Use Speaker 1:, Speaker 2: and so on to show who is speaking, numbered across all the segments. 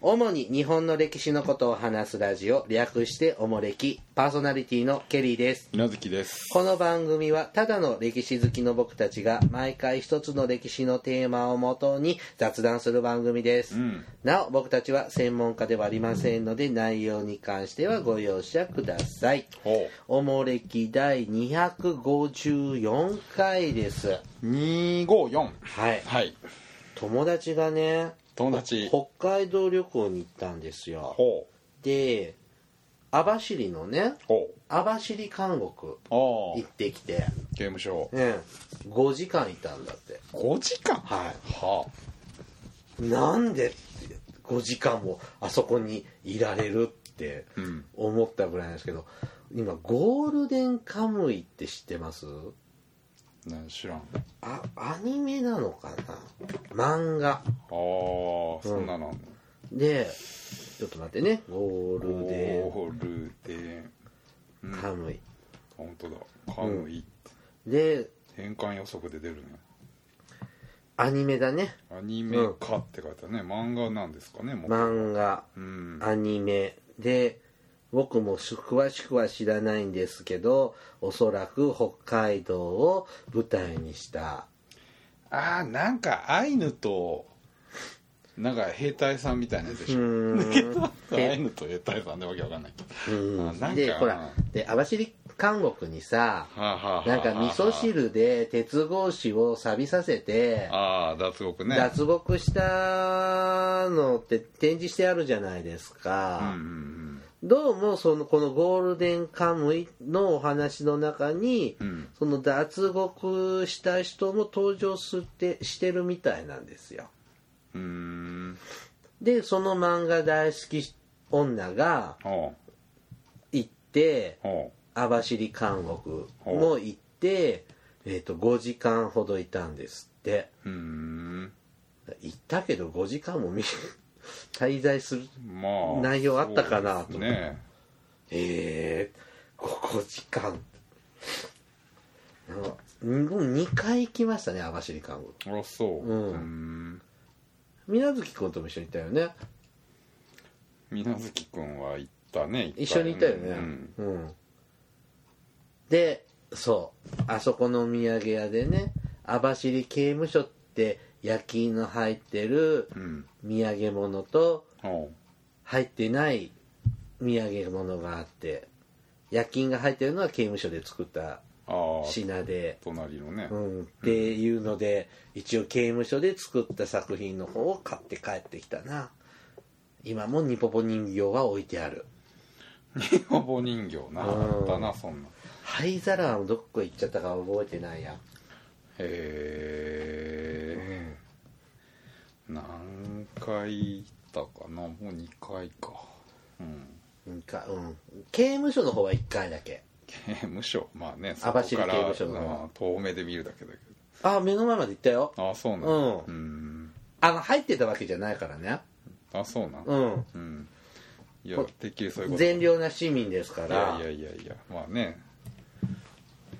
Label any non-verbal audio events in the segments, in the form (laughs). Speaker 1: 主に日本の歴史のことを話すラジオ略しておもれきパーソナリティのケリーです
Speaker 2: なずきです。
Speaker 1: この番組はただの歴史好きの僕たちが毎回一つの歴史のテーマをもとに雑談する番組です、
Speaker 2: うん
Speaker 1: なお僕たちは専門家ではありませんので内容に関してはご容赦ください
Speaker 2: ほ
Speaker 1: おもれき第254回です
Speaker 2: う。二五四。
Speaker 1: はい
Speaker 2: はい。
Speaker 1: 友達がね
Speaker 2: 友達。
Speaker 1: 北海道旅行に行ったんですよ
Speaker 2: ほ
Speaker 1: で網走のね
Speaker 2: う。ほう。
Speaker 1: 網走監獄
Speaker 2: あ
Speaker 1: 行
Speaker 2: あ
Speaker 1: っ。てきて
Speaker 2: 刑務所。
Speaker 1: ね5時間いたんだって
Speaker 2: 五時間。。
Speaker 1: はい
Speaker 2: は
Speaker 1: なんでって5時間もあそこにいられるって
Speaker 2: あ。うん。
Speaker 1: 思ったぐらいなんですけど今ゴールデンカムイって知ってます
Speaker 2: なん知らん。
Speaker 1: あアニメなのかな漫画
Speaker 2: ああ、そんなのあんの。
Speaker 1: でちょっと待ってねゴールデ
Speaker 2: ゴールデン。う
Speaker 1: ン
Speaker 2: ん。
Speaker 1: カムイ
Speaker 2: 本当だ。カムイ。
Speaker 1: で
Speaker 2: 変換予測で出るね。
Speaker 1: アニメだね
Speaker 2: アニメ化って書いてあるね。漫画なんですかね。もう。
Speaker 1: 漫画
Speaker 2: うん。
Speaker 1: アニメで僕もし詳しくは知らないんですけどおそらく北海道を舞台にした
Speaker 2: ああ、なんかアイヌと。なんか兵隊さんみたいなやつで
Speaker 1: う
Speaker 2: しょ。
Speaker 1: ーん
Speaker 2: アイヌと兵隊さんでわけわかんないけど。
Speaker 1: うん
Speaker 2: あなんか
Speaker 1: でほらで網走監獄にさ
Speaker 2: はあはあはあ
Speaker 1: なんか味噌汁で鉄格子を錆びさせて
Speaker 2: ああ脱獄ね
Speaker 1: 脱獄したのって展示してあるじゃないです
Speaker 2: うんう
Speaker 1: か、
Speaker 2: ん
Speaker 1: どうもそのこのゴールデンカムイのお話の中に、
Speaker 2: うんうん
Speaker 1: その脱獄した人も登場すってしてるみたいなんですよ
Speaker 2: うーん
Speaker 1: でその漫画大好き女が
Speaker 2: ほ
Speaker 1: 行って
Speaker 2: うほ
Speaker 1: 網走監獄も行って、えー、と5時間ほどいたんですって
Speaker 2: ううーん
Speaker 1: 行ったけど5時間も見 (laughs) 滞在する
Speaker 2: まあ
Speaker 1: 内容あったかな
Speaker 2: そうですね
Speaker 1: えー、5, 時間なんか2回行きましたね網走監獄
Speaker 2: あらそう
Speaker 1: うん
Speaker 2: ーん
Speaker 1: 水無月君とも一緒に行ったよね
Speaker 2: 水無月君は行ったね
Speaker 1: 一緒にいたよね
Speaker 2: うん
Speaker 1: うん、でそうあそこのお土産屋でね網走刑務所って焼き印の入ってる
Speaker 2: うん
Speaker 1: 土産物と
Speaker 2: ほ
Speaker 1: 入ってない土産物があって夜勤が入ってるのは刑務所で作った
Speaker 2: うああ
Speaker 1: 品で、
Speaker 2: 隣のね
Speaker 1: うん、っていうので一応刑務所で作った作品の方を買って帰ってきたな今もニポポ人形は置いてある
Speaker 2: ニホボ人形な
Speaker 1: うん
Speaker 2: あったなそんな
Speaker 1: 灰皿はどこ行っちゃったか覚えてないや
Speaker 2: へえ何回行ったかなもう2回かうん
Speaker 1: うんかうん刑務所の方は1回だけ
Speaker 2: 刑 (laughs) 務所まあねそ
Speaker 1: 網
Speaker 2: こ
Speaker 1: 走
Speaker 2: から
Speaker 1: 刑務所の
Speaker 2: まあ遠目で見るだけだけ
Speaker 1: あ目の前まで行ったよ
Speaker 2: どあそうなんだ
Speaker 1: うん
Speaker 2: うん
Speaker 1: あの入ってたわけじゃないからね
Speaker 2: あそうなん
Speaker 1: うん
Speaker 2: うんいやてっきりそういうこと
Speaker 1: 善良な市民ですか
Speaker 2: い
Speaker 1: ら
Speaker 2: やいやいやいやまあね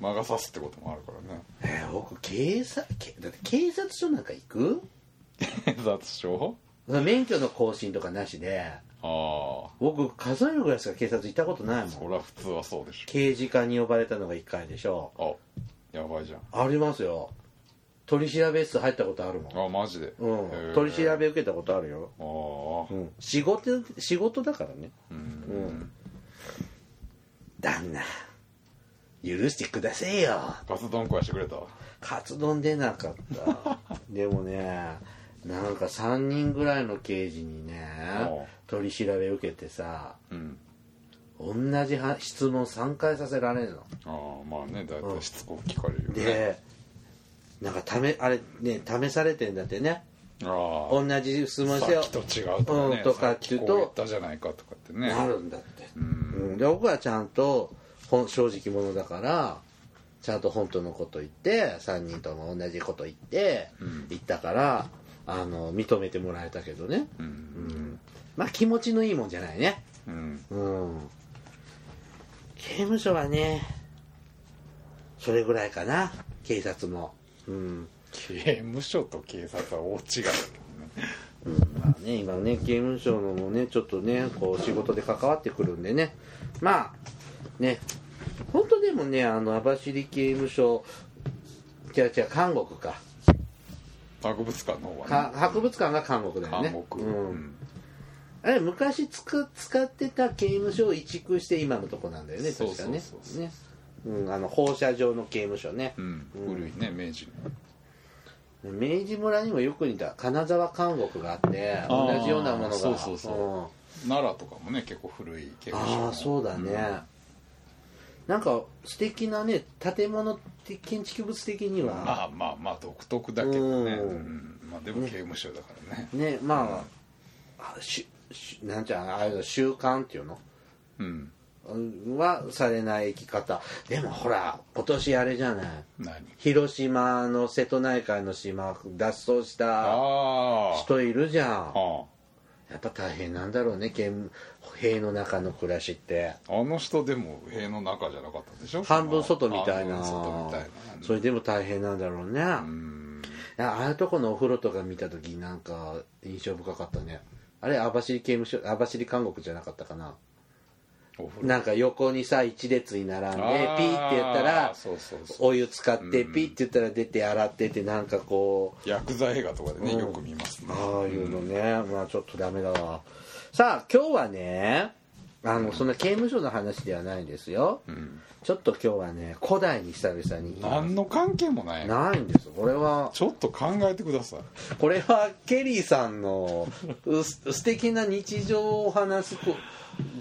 Speaker 2: 魔が差すってこともあるからね
Speaker 1: えー僕警察けだって警察署なんか行く
Speaker 2: (laughs) 警察署
Speaker 1: 免許の更新とかなしで
Speaker 2: ああ
Speaker 1: 僕数えるぐらいしか警察行ったことないもん
Speaker 2: そりゃ普通はそうでし
Speaker 1: 刑事課に呼ばれたのが1回でしょ
Speaker 2: ょあやばいじゃん
Speaker 1: ありますよ取り調べ室入ったことあるもん
Speaker 2: あマジで
Speaker 1: う
Speaker 2: へ
Speaker 1: ん
Speaker 2: え
Speaker 1: 取り調べ受けたことあるよ、
Speaker 2: ああ
Speaker 1: うん、仕事仕事だからね
Speaker 2: うん
Speaker 1: 旦那許してくださいよ
Speaker 2: ガス丼食わしてくれた
Speaker 1: カツ丼出なかった
Speaker 2: (laughs)
Speaker 1: でもねなんか3人ぐらいの刑事にね
Speaker 2: おう
Speaker 1: 取り調べ受けてさ
Speaker 2: うん
Speaker 1: 同じは質問3回させられるの
Speaker 2: ああまあね大体しつこく聞かれるよね
Speaker 1: でなんかためあれね試されてんだってね
Speaker 2: ああ
Speaker 1: 同じ質問して
Speaker 2: さ
Speaker 1: よ
Speaker 2: っきと違うとかね、
Speaker 1: うんとかっていうと
Speaker 2: さきこ言ったじゃないかとかってね
Speaker 1: なるんだって、
Speaker 2: うん
Speaker 1: うん、で僕はちゃんと本正直者だからちゃんと本当のこと言って3人とも同じこと言って、
Speaker 2: うん
Speaker 1: 言ったからあの認めてもらえたけどね、
Speaker 2: う
Speaker 1: うんん、まあ気持ちのいいもんじゃないね
Speaker 2: うん
Speaker 1: うん刑務所はねそれぐらいかな警察もうん
Speaker 2: 刑務所と警察は大違いだけどね、
Speaker 1: からね、今ね、刑務所のもね、ちょっとね、こう、仕事で関わってくるんでね。まあ、ね、本当でもね、あの、網走刑務所、違う違う、韓国か。
Speaker 2: 博物館の方が
Speaker 1: か
Speaker 2: ね
Speaker 1: 博物館が韓国だよね。
Speaker 2: 韓国、
Speaker 1: う。
Speaker 2: うんん
Speaker 1: あれ、昔つく使ってた刑務所を移築して今のとこなんだよね、
Speaker 2: そう
Speaker 1: 確か
Speaker 2: そう
Speaker 1: ね
Speaker 2: そうそう。
Speaker 1: ね。うん、あの、放射状の刑務所ね。
Speaker 2: うん
Speaker 1: うん
Speaker 2: 古いね明治の
Speaker 1: 明治村にもよく似た金沢監獄があって
Speaker 2: あ
Speaker 1: 同
Speaker 2: ー
Speaker 1: じようなものが
Speaker 2: そうそうそうん奈良とかもね結構古い刑務所
Speaker 1: あ
Speaker 2: の
Speaker 1: あそうだね、なんか素敵なね建物って建築物的に
Speaker 2: うん
Speaker 1: は
Speaker 2: まあまあまあ独特だけどね、
Speaker 1: うん
Speaker 2: うんまあ、でも刑務所だからね
Speaker 1: ねまああししなんちゃうのああいうの習慣っていうの
Speaker 2: うん
Speaker 1: うんはされない生き方でもほら今年あれじゃない
Speaker 2: 何
Speaker 1: 広島の瀬戸内海の島脱走した
Speaker 2: あー
Speaker 1: 人いるじゃん
Speaker 2: あ
Speaker 1: やっぱ大変なんだろうね刑務塀の中の暮らしって
Speaker 2: ーあの人でも塀の中じゃなかったでしょ
Speaker 1: 半分外みたいな
Speaker 2: 半分外みたいな
Speaker 1: それでも大変なんだろうね、
Speaker 2: うん
Speaker 1: ああいうとこのお風呂とか見た時なんか印象深かったねあれ網走刑務所網走監獄じゃなかったかな
Speaker 2: お風呂
Speaker 1: なんか横にさ一列に並んでピ
Speaker 2: あー
Speaker 1: ーってやったら
Speaker 2: そうそうそう
Speaker 1: お湯使ってピーって言ったら出て洗ってってなんかこ
Speaker 2: 薬剤映画とかでね
Speaker 1: うん
Speaker 2: よく見ますね
Speaker 1: うああいうのねまあちょっとダメだわさあ今日はねあのそんな刑務所の話ではないんですよ
Speaker 2: うん
Speaker 1: ちょっと今日はね古代に久々に
Speaker 2: 何の関係もない
Speaker 1: ないんですこれは
Speaker 2: ちょっと考えてください
Speaker 1: これはケリーさんのうす素敵な日常を話すこ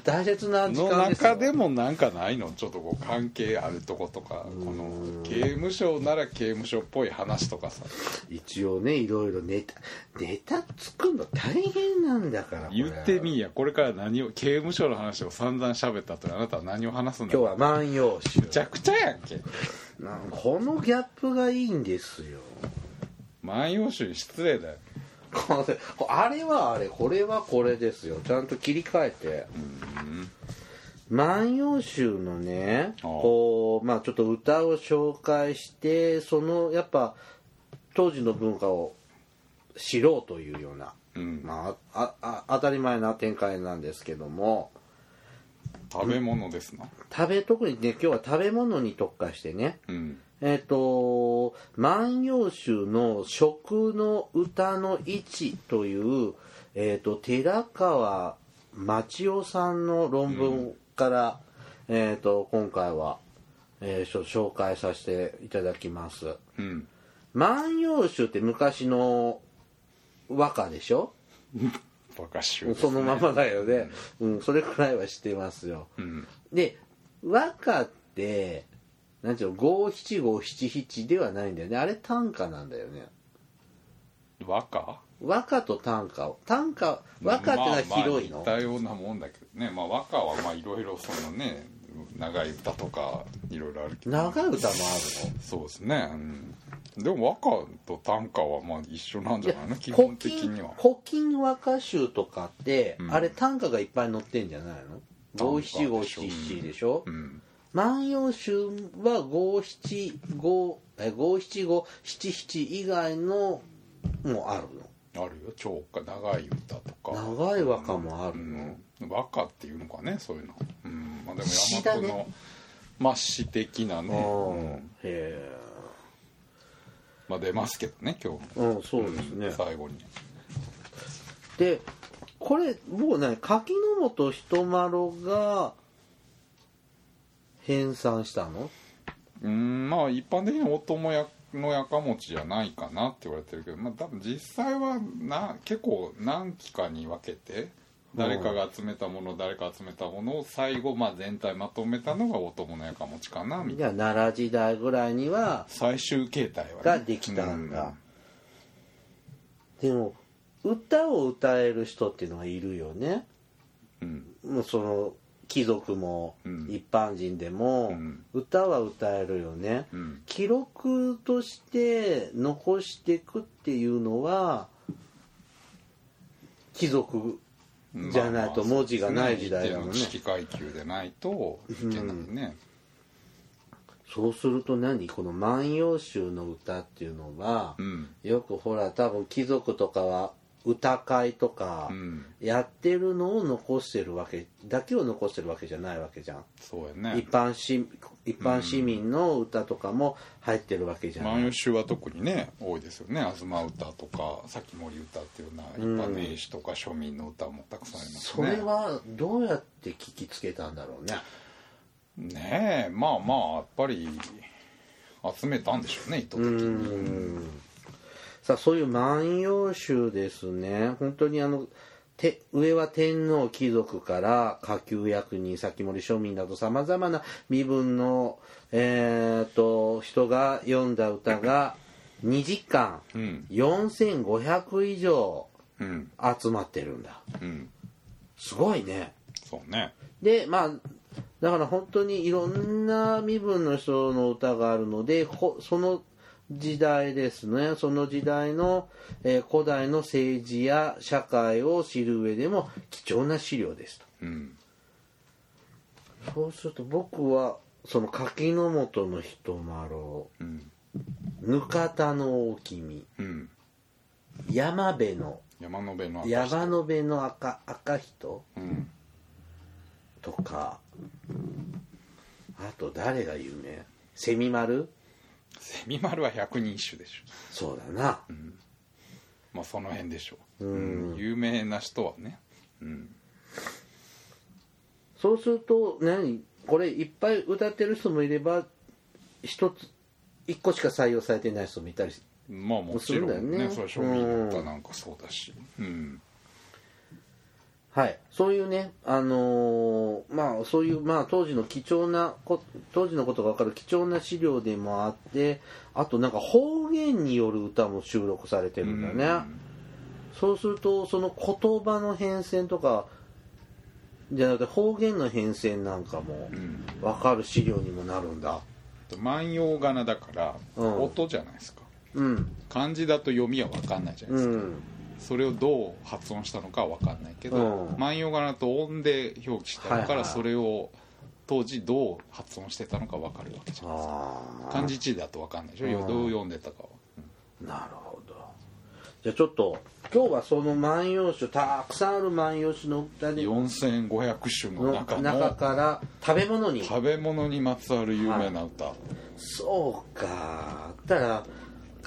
Speaker 1: 大切な時
Speaker 2: の
Speaker 1: 間ですよ
Speaker 2: 中でもなんかないのちょっとこう関係あるとことかこの刑務所なら刑務所っぽい話とかさ
Speaker 1: 一応ねいろいろネタネタ作るの大変なんだからこれ
Speaker 2: 言ってみいやこれから何を刑務所の話を散々喋った後にあなたは何を話すんだ
Speaker 1: 今日は「万葉集
Speaker 2: むちゃくちゃやんけ」
Speaker 1: なんこのギャップがいいんですよ
Speaker 2: 万葉集に失礼だよ
Speaker 1: これあれはあれこれはこれですよちゃんと切り替えて「万葉集」のね
Speaker 2: ああ
Speaker 1: こうまあちょっと歌を紹介してそのやっぱ当時の文化を知ろうというような、
Speaker 2: うん
Speaker 1: まあ、ああ当たり前な展開なんですけども
Speaker 2: 食べ物ですな
Speaker 1: 食べ特にね今日は食べ物に特化してね
Speaker 2: うん
Speaker 1: えっ、と「万葉集」の「食の歌の位置」という、えー、と寺川町夫さんの論文から、えー、と今回は、えーしょ紹介させていただきます。
Speaker 2: うん
Speaker 1: 万葉集って昔の和歌でしょ
Speaker 2: バカ集ですね
Speaker 1: そのままだよね、うん、それくらいはしてますよ。
Speaker 2: うん
Speaker 1: で和歌ってなんていうの五七五七七ではないんだよねあれ短歌なんだよね
Speaker 2: 和歌
Speaker 1: 和歌と短歌を短歌和歌ってのは広いの、
Speaker 2: まあまあ似たようなもんだけどね、まあ、和歌はまあいろいろそのね長い歌とかいろいろあるけど
Speaker 1: 長い歌もあるの
Speaker 2: そうですね、うん、でも和歌と短歌はまあ一緒なんじゃないの基
Speaker 1: 古
Speaker 2: 本的に
Speaker 1: 今
Speaker 2: は
Speaker 1: 古今和歌集とかって、
Speaker 2: うん
Speaker 1: あれ短歌がいっぱい載ってんじゃないの
Speaker 2: 短歌
Speaker 1: 五七五
Speaker 2: でしょ
Speaker 1: 七七でしょ、
Speaker 2: うん
Speaker 1: 万葉集は五七五え五七五七七以外のもある
Speaker 2: あるよ長歌長い歌とか
Speaker 1: の長い和歌もある
Speaker 2: う
Speaker 1: の、
Speaker 2: ん、和歌っていうのかねそういうの、うんまあ、でも
Speaker 1: 詩
Speaker 2: 大
Speaker 1: だ
Speaker 2: 和
Speaker 1: ね
Speaker 2: の、まあ詩的なね、
Speaker 1: ああ
Speaker 2: うん
Speaker 1: へえ
Speaker 2: まあ出ますけどね今日も
Speaker 1: うんそうですね、
Speaker 2: 最後に
Speaker 1: でこれもうね柿の本人丸が編纂したの
Speaker 2: うんまあ一般的にお供やのやかもちじゃないかなって言われてるけど、まあ、多分実際はな結構何期かに分けて誰かが集めたもの、誰か集めたものを最後、まあ、全体まとめたのがお供のやかもちかなみたいな
Speaker 1: じゃあ奈良時代ぐらいには
Speaker 2: 最終形態は、ね、
Speaker 1: ができたんだ、でも歌を歌える人っていうのがいるよね
Speaker 2: うん、うん
Speaker 1: もうその貴族も
Speaker 2: うん
Speaker 1: 一般人でも、
Speaker 2: うん
Speaker 1: 歌は歌えるよね、
Speaker 2: うん
Speaker 1: 記録として残していくっていうのは貴族じゃないと文字がない時代だもんね
Speaker 2: まあまあそうです一定の知識階級でないといけないね、
Speaker 1: そうすると何この「万葉集」の歌っていうのは、
Speaker 2: うん
Speaker 1: よくほら多分貴族とかは歌会とか
Speaker 2: うん
Speaker 1: やってるのを残してるわけだけを残してるわけじゃないわけじゃん
Speaker 2: そうやね
Speaker 1: 一般市一般市民の歌とかも入ってるわけじゃない、
Speaker 2: 万葉集は特にね多いですよね「東歌」とか「さきもり歌」っていうような一般の英詞とか庶民の歌もたくさんあります
Speaker 1: そ
Speaker 2: ね
Speaker 1: れはどうやって聞きつけたんだろうね
Speaker 2: ねえまあまあやっぱり集めたんでしょうね意図的
Speaker 1: う
Speaker 2: に
Speaker 1: んさあそういう「万葉集」ですね本当にあのて上は天皇貴族から下級役人先森庶民などさまざまな身分の、えー、と人が読んだ歌が2時間
Speaker 2: うん
Speaker 1: 4500以上
Speaker 2: うん
Speaker 1: 集まってるんだ
Speaker 2: うん
Speaker 1: すごいね
Speaker 2: そうね
Speaker 1: でまあだから本当にいろんな身分の人の歌があるのでこその時代ですねその時代の、えー古代の政治や社会を知る上でも貴重な資料です
Speaker 2: うん
Speaker 1: とそうすると僕はその柿の本の人まろ
Speaker 2: うん
Speaker 1: うぬかたの大君
Speaker 2: うん
Speaker 1: 山辺の
Speaker 2: 山の辺の赤
Speaker 1: 山の辺の赤赤人
Speaker 2: うん
Speaker 1: とかあと誰が有名セミ丸
Speaker 2: セミ丸は百人一首でしょ
Speaker 1: そうだな、
Speaker 2: まあその辺でしょう、
Speaker 1: うん
Speaker 2: うん有名な人はねうん
Speaker 1: そうすると何これいっぱい歌ってる人もいれば一つ一個しか採用されてない人もいたりし
Speaker 2: まあもち
Speaker 1: そ
Speaker 2: ろ
Speaker 1: うだよ
Speaker 2: んね
Speaker 1: ね
Speaker 2: それは庶民の歌なんかそうだしうん
Speaker 1: はいそういうねあのーまあそういうまあ当時の貴重なこ当時のことが分かる貴重な資料でもあってあとなんか方言による歌も収録されてるんだね、そうするとその言葉の変遷とかじゃなくて方言の変遷なんかも
Speaker 2: うん
Speaker 1: 分かる資料にもなるんだ
Speaker 2: 万葉仮名だから
Speaker 1: うん
Speaker 2: 音じゃないですか、
Speaker 1: うん
Speaker 2: 漢字だと読みは分かんないじゃないうですか、
Speaker 1: ん
Speaker 2: それをどう発音したのかは分かんないけど
Speaker 1: うん
Speaker 2: 万葉仮名と音で表記したの
Speaker 1: はい
Speaker 2: か
Speaker 1: は
Speaker 2: ら
Speaker 1: い
Speaker 2: それを当時どう発音してたのか分かるわけじゃないですか
Speaker 1: ああ
Speaker 2: 漢字字だと分かんないでしょよどう読んでたかは
Speaker 1: なるほどじゃあちょっと今日はその「万葉集」たくさんある「万葉集」の歌に
Speaker 2: 4500種の中
Speaker 1: の中
Speaker 2: の
Speaker 1: から食べ物に
Speaker 2: 食べ物にまつわる有名な歌、
Speaker 1: そうかだったら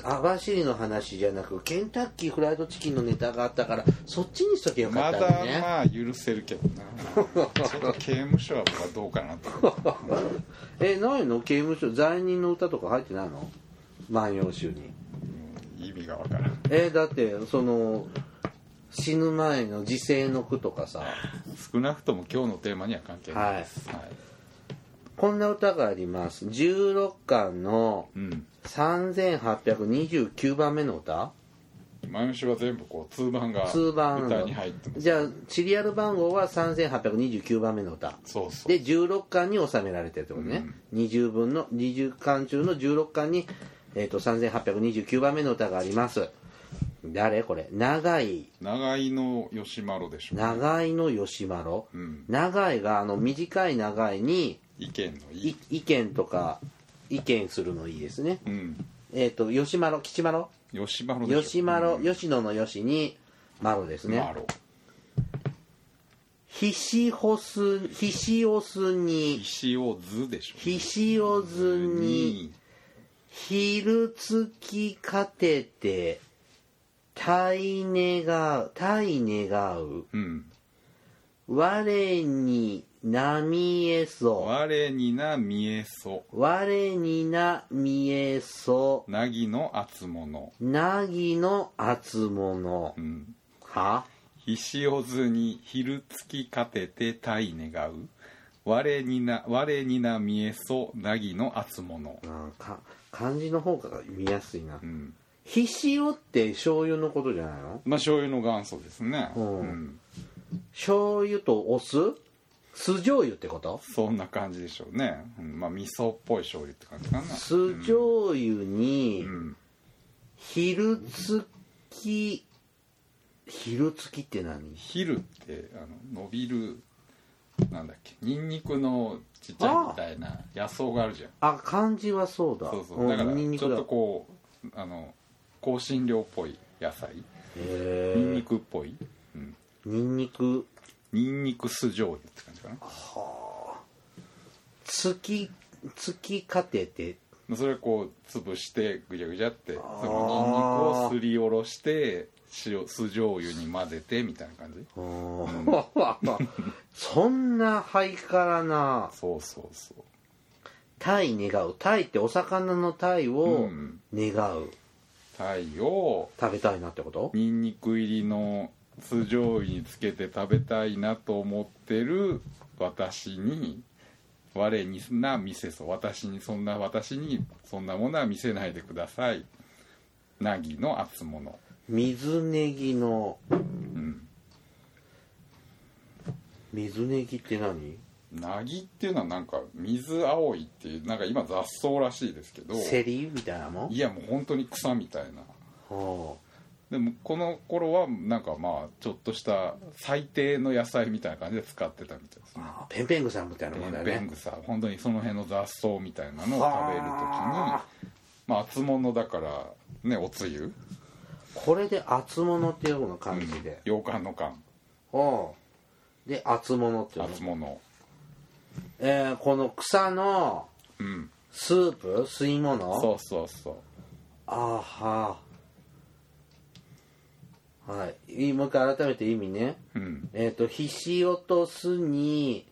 Speaker 1: 網走の話じゃなくケンタッキーフライドチキンのネタがあったからそっちにしときゃよか
Speaker 2: ま
Speaker 1: っ
Speaker 2: だ
Speaker 1: たね、
Speaker 2: まあ許せるけどな
Speaker 1: (laughs)
Speaker 2: ちょっと刑務所は僕はどうかなと思う
Speaker 1: えないの刑務所罪人の歌とか入ってないの「万葉集」に
Speaker 2: うん意味が分からん
Speaker 1: えだってその死ぬ前の時世の句とかさ
Speaker 2: 少なくとも今日のテーマには関係ないです、はい
Speaker 1: こんな歌があります16巻の
Speaker 2: うん
Speaker 1: 3829番目の歌
Speaker 2: 前虫は全部こう通番が
Speaker 1: 通番
Speaker 2: 歌に入ってます
Speaker 1: じゃあシリアル番号は3829番目の歌
Speaker 2: そうそう
Speaker 1: で16巻に収められてるってことね、20分の20巻中の16巻に、えー、と3829番目の歌があります誰これ長井
Speaker 2: 長井の吉丸でしょ
Speaker 1: 長井の吉丸
Speaker 2: うん
Speaker 1: 長井があの短い長井に
Speaker 2: 意見の
Speaker 1: い
Speaker 2: いい
Speaker 1: 意見とか意見するのいいですね
Speaker 2: うん
Speaker 1: えっ、と吉丸吉丸
Speaker 2: 吉丸でしょ
Speaker 1: 吉丸、吉野の吉に丸ですね
Speaker 2: 丸
Speaker 1: ひしほすひしおすに
Speaker 2: 石を図でしょ
Speaker 1: ひしおずに昼月かててたい願うたい願う
Speaker 2: うん
Speaker 1: 我に波えそ
Speaker 2: 我にな見えそ
Speaker 1: 我にな見えそ
Speaker 2: なぎの厚物
Speaker 1: なぎの厚物
Speaker 2: うん
Speaker 1: は
Speaker 2: ひをずに昼月かててたい願う我にな我にな見えそなぎの厚物
Speaker 1: あか漢字の方が見やすいな
Speaker 2: うん
Speaker 1: ひしおって醤油のことじゃないの
Speaker 2: まあ醤油の元祖ですね
Speaker 1: う
Speaker 2: うんん
Speaker 1: 醤油とお酢酢醤油ってこと
Speaker 2: そんな感じでしょうね、うん、まあ味噌っぽい醤油って感じかな
Speaker 1: 酢醤油に
Speaker 2: うん
Speaker 1: 昼月昼月って何
Speaker 2: 昼ってあの伸びるなんだっけニンニクのちっちゃいみたいな野草があるじゃん
Speaker 1: あ漢字はそうだ
Speaker 2: そうそうだから
Speaker 1: んニンニ
Speaker 2: ち
Speaker 1: ク
Speaker 2: ょ
Speaker 1: だ
Speaker 2: っとこうあの香辛料っぽい野菜
Speaker 1: え
Speaker 2: ニンニクっぽい、うん、
Speaker 1: ニンニク
Speaker 2: ニンニク酢醤油って感じかな
Speaker 1: 突き突きかてて
Speaker 2: まあそれをこう潰してぐちゃぐちゃってそのニンニクをすりおろして塩酢醤油に混ぜてみたいな感じ
Speaker 1: あ
Speaker 2: (laughs)
Speaker 1: ーそんなハイカラな
Speaker 2: そうそうそう
Speaker 1: タイ願うタイってお魚のタイを
Speaker 2: うん
Speaker 1: 願う
Speaker 2: タイを
Speaker 1: 食べたいなってこと
Speaker 2: ニンニク入りの酢醤油につけて食べたいなと思ってる私に我にな見せそう私にそんな私にそんなものは見せないでくださいなぎの厚物
Speaker 1: 水ネギの
Speaker 2: うん
Speaker 1: 水ネギって何
Speaker 2: なぎっていうのはなんか水青いっていうなんか今雑草らしいですけど
Speaker 1: セリみたいなもん
Speaker 2: いやもう本当に草みたいな
Speaker 1: は
Speaker 2: でもこの頃はなんかまあちょっとした最低の野菜みたいな感じで使ってたみたいですね
Speaker 1: ああペンペングさんみたいなもんだよ
Speaker 2: ベン
Speaker 1: ね
Speaker 2: グさ本当にその辺の雑草みたいなのを食べるときに
Speaker 1: はあ
Speaker 2: まあ厚物だからねおつゆ
Speaker 1: これで厚物っていうの感じで、
Speaker 2: 洋館の缶
Speaker 1: おうで厚物っていうの
Speaker 2: 厚物
Speaker 1: えーこの草の
Speaker 2: うん
Speaker 1: スープ吸い物
Speaker 2: そうそうそ
Speaker 1: あーはーはいいもう一回改めて意味ね
Speaker 2: ううん
Speaker 1: えっ、とひしおとすに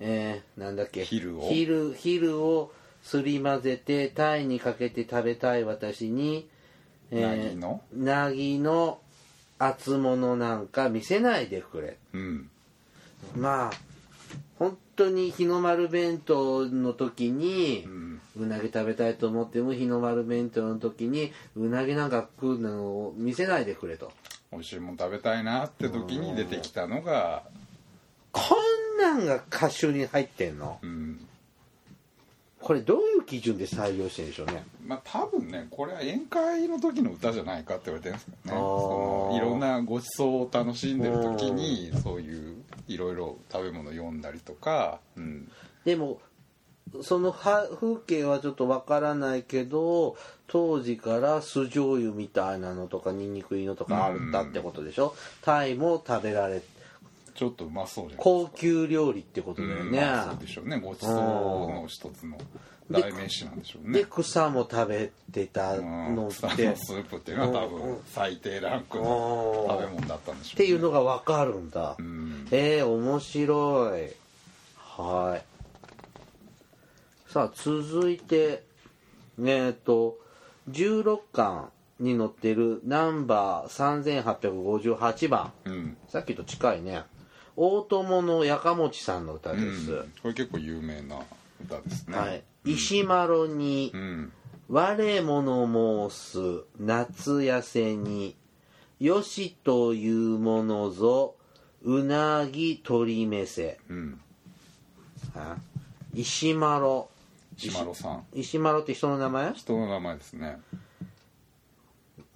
Speaker 1: えーなんだっけ
Speaker 2: 昼を
Speaker 1: 昼昼をすり混ぜてタイにかけて食べたい私に
Speaker 2: なぎの
Speaker 1: なぎの厚物なんか見せないでくれ
Speaker 2: うん
Speaker 1: まあ本当に日の丸弁当の時に、
Speaker 2: ん
Speaker 1: うなぎ食べたいと思っても日の丸弁当の時にうなぎなんか食うのを見せないでくれと
Speaker 2: 美味しいもん食べたいなって時に出てきたのが
Speaker 1: こんなんが歌集に入ってんの
Speaker 2: うん
Speaker 1: これどういう基準で採用してるんでしょうね
Speaker 2: まあ多分ねこれは宴会の時の歌じゃないかって言われてるんですけ
Speaker 1: あ
Speaker 2: どね
Speaker 1: ー
Speaker 2: そのいろんなごちそうを楽しんでる時にそういういろいろ食べ物読んだりとかうん
Speaker 1: でもそのは風景はちょっとわからないけど当時から酢醤油みたいなのとかニンニクいいのとかあったってことでしょ、タイも食べられ
Speaker 2: ちょっとうまそうじゃないですか
Speaker 1: 高級料理ってことだよ
Speaker 2: うん
Speaker 1: ね、
Speaker 2: まあそうでしょうねごちそうの一つの
Speaker 1: で
Speaker 2: 代名詞なんでしょう
Speaker 1: で
Speaker 2: ね
Speaker 1: 草も食べてた
Speaker 2: うん
Speaker 1: の
Speaker 2: 草
Speaker 1: っ
Speaker 2: の
Speaker 1: て、っ
Speaker 2: スープっていうのは多
Speaker 1: うん
Speaker 2: 分最低ランクの食べ物だったんでしょうね
Speaker 1: ていうのがわかるんだ、
Speaker 2: うん
Speaker 1: えー、面白いはいさあ続いてえっ、と16巻に載ってるナンバー3858番
Speaker 2: うん
Speaker 1: さっきと近いね大友のやかもちさんの歌
Speaker 2: う
Speaker 1: です、
Speaker 2: んこれ結構有名な歌ですね
Speaker 1: はい、石丸に、
Speaker 2: うん
Speaker 1: 我物申す夏痩せによしというものぞうなぎ鳥めせ
Speaker 2: うん
Speaker 1: あ石丸
Speaker 2: 島呂さん
Speaker 1: 石丸って人の名前
Speaker 2: 人の名前ですね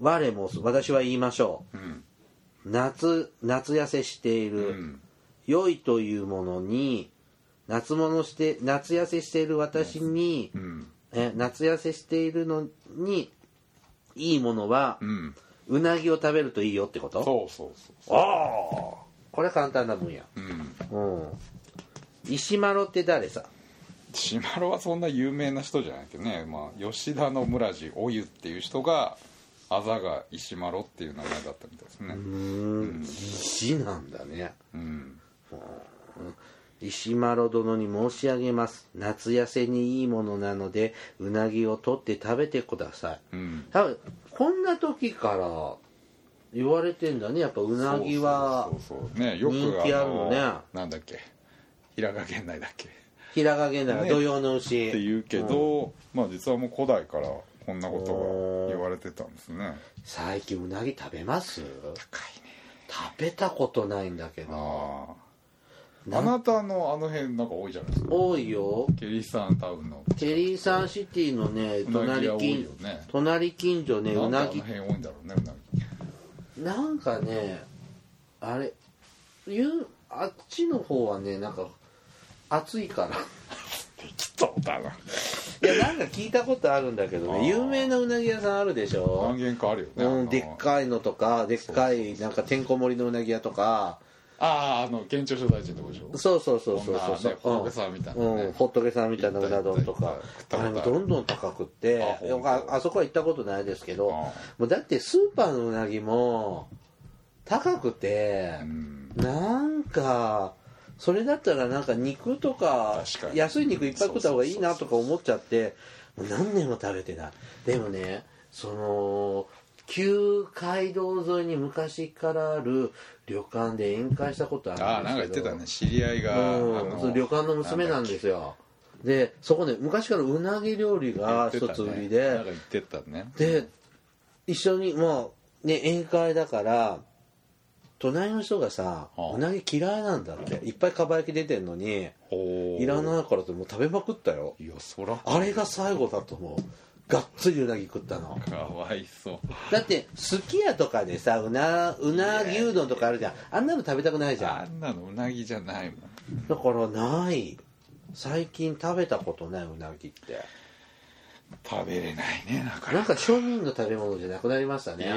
Speaker 1: 我申す私は言いましょ
Speaker 2: うん
Speaker 1: う夏夏痩せしていうる、
Speaker 2: ん
Speaker 1: 良いというものに夏物して夏痩せしている私に、
Speaker 2: うん
Speaker 1: え夏痩せしているのにいいものは、
Speaker 2: うん
Speaker 1: うなぎを食べるといいよってこと
Speaker 2: そうそうそうそ
Speaker 1: ああこれ簡単な分野
Speaker 2: うう
Speaker 1: う
Speaker 2: ん
Speaker 1: ん石丸って誰さ
Speaker 2: 島呂はそんな有名な人じゃないけどね、まあ、吉田の村地おゆっていう人があざが石まろっていう名前だったみたいですね
Speaker 1: うーん石なんだね
Speaker 2: うん
Speaker 1: 石丸殿に申し上げます夏痩せにいいものなのでうなぎを取って食べてください
Speaker 2: うん
Speaker 1: 多分こんな時から言われてんだねやっぱうなぎは
Speaker 2: そうそうそうそうねよく
Speaker 1: 人気あるのね
Speaker 2: あのなんだっけ平賀源内だっけっ
Speaker 1: 平賀源内が
Speaker 2: ね
Speaker 1: 土用の牛、
Speaker 2: ていうけど、まあ実はもう古代からこんなこと
Speaker 1: おー
Speaker 2: が言われてたんですね
Speaker 1: 最近うなぎ食べます
Speaker 2: 高いね
Speaker 1: 食べたことないんだけど
Speaker 2: ああ
Speaker 1: な
Speaker 2: あなたのあの辺なんか多いじゃないですか
Speaker 1: 多いよ
Speaker 2: ケリーサンタウンの
Speaker 1: テリーサンシティのね
Speaker 2: うな
Speaker 1: 隣
Speaker 2: ぎは多いよ
Speaker 1: 近
Speaker 2: ね
Speaker 1: 隣近所ねうなぎ
Speaker 2: んであの辺多いんだろうねうなぎ
Speaker 1: なんかねあれゆあっちの方はねなんか暑いから
Speaker 2: できたことあるない
Speaker 1: やなんか聞いたことあるんだけど
Speaker 2: あー
Speaker 1: ね有名なうなぎ屋さんあるでしょ
Speaker 2: 何、軒かあるよね、あ
Speaker 1: う
Speaker 2: の
Speaker 1: ん、でっかいのとかでっかいなんかてんこ盛りのうなぎ屋とか
Speaker 2: あああの県庁所在地のとこでしょ
Speaker 1: そうそうそうそうそうそ
Speaker 2: 女ね仏
Speaker 1: う
Speaker 2: さんみたいな
Speaker 1: うん、う
Speaker 2: ね
Speaker 1: ん、仏さんみたいなうな丼とか
Speaker 2: 行った
Speaker 1: あ
Speaker 2: 行
Speaker 1: れ
Speaker 2: った
Speaker 1: もど
Speaker 2: 行った
Speaker 1: んどん高くって
Speaker 2: あほんと
Speaker 1: ああそこは行ったことないですけど
Speaker 2: あ
Speaker 1: もうだってスーパーのうなぎも高くて
Speaker 2: ーうん
Speaker 1: なんかそれだったらなんか肉とか
Speaker 2: 確かに
Speaker 1: 安い肉いっぱい食った方がいいなとか思っちゃってもう何年も食べてないでもねその旧街道沿いに昔からある旅館で宴会したことあるんですけど
Speaker 2: あーなんか言ってたね知り合いが、あ
Speaker 1: うん、その旅館の娘なんですよでそこね昔からうなぎ料理
Speaker 2: なん
Speaker 1: が
Speaker 2: だっけ
Speaker 1: 一つ売り
Speaker 2: 言ってたね
Speaker 1: で
Speaker 2: なんか言ってたね
Speaker 1: で一緒にまあね宴会だから隣の人がさ
Speaker 2: あ
Speaker 1: うなぎ嫌いなんだっていっぱいかば焼き出てんのに
Speaker 2: おー
Speaker 1: いらないからってもう食べまくったよ
Speaker 2: いやそら
Speaker 1: あれが最後だと思うがっつりうなぎ食ったの
Speaker 2: かわいそう
Speaker 1: だってすき家とかでさうなうなぎうどんとかあるじゃんあんなの食べたくないじゃん
Speaker 2: あんなのうなぎじゃないもん
Speaker 1: だからない最近食べたことないうなぎって
Speaker 2: 食べれないねだから
Speaker 1: なんか庶民の食べ物じゃなくなりました
Speaker 2: い
Speaker 1: ね
Speaker 2: や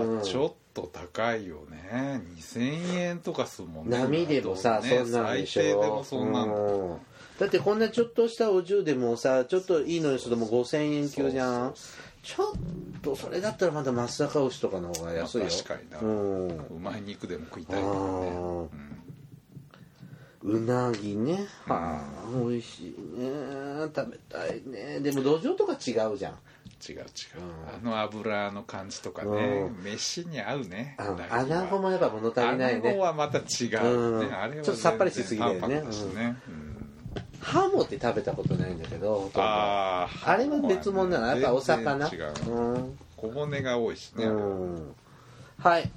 Speaker 2: ー、
Speaker 1: うん
Speaker 2: ちょっと高いよね2000円とかするもんね
Speaker 1: 波でもさ、
Speaker 2: ね
Speaker 1: そんなんでしょ
Speaker 2: 最低でもそんなんだ、
Speaker 1: うんだってこんなちょっとしたお重でもさちょっといいのにするともう5000円級じゃんちょっとそれだったらまだ松阪牛とかの方が安いよ、
Speaker 2: まあ確かにな
Speaker 1: うん
Speaker 2: うまい肉でも食いたいけどね、うん
Speaker 1: うなぎねはあ、美味しいね食べたいねでも土壌とか違うじゃん
Speaker 2: 違う違う、
Speaker 1: うん
Speaker 2: あの油の感じとかね、
Speaker 1: う
Speaker 2: 飯に合うね
Speaker 1: あの穴子もやっぱ物足りない
Speaker 2: 穴子
Speaker 1: ね
Speaker 2: はまた違うね、
Speaker 1: うん
Speaker 2: あれは
Speaker 1: ちょっとさっぱりしすぎだよね
Speaker 2: 全然淡白だしねうん
Speaker 1: ハモって食べたことないんだけどほとんど
Speaker 2: あー
Speaker 1: あれは別物なのやっぱお魚
Speaker 2: 全然違う
Speaker 1: うん
Speaker 2: 小骨が多いしね、
Speaker 1: うんはい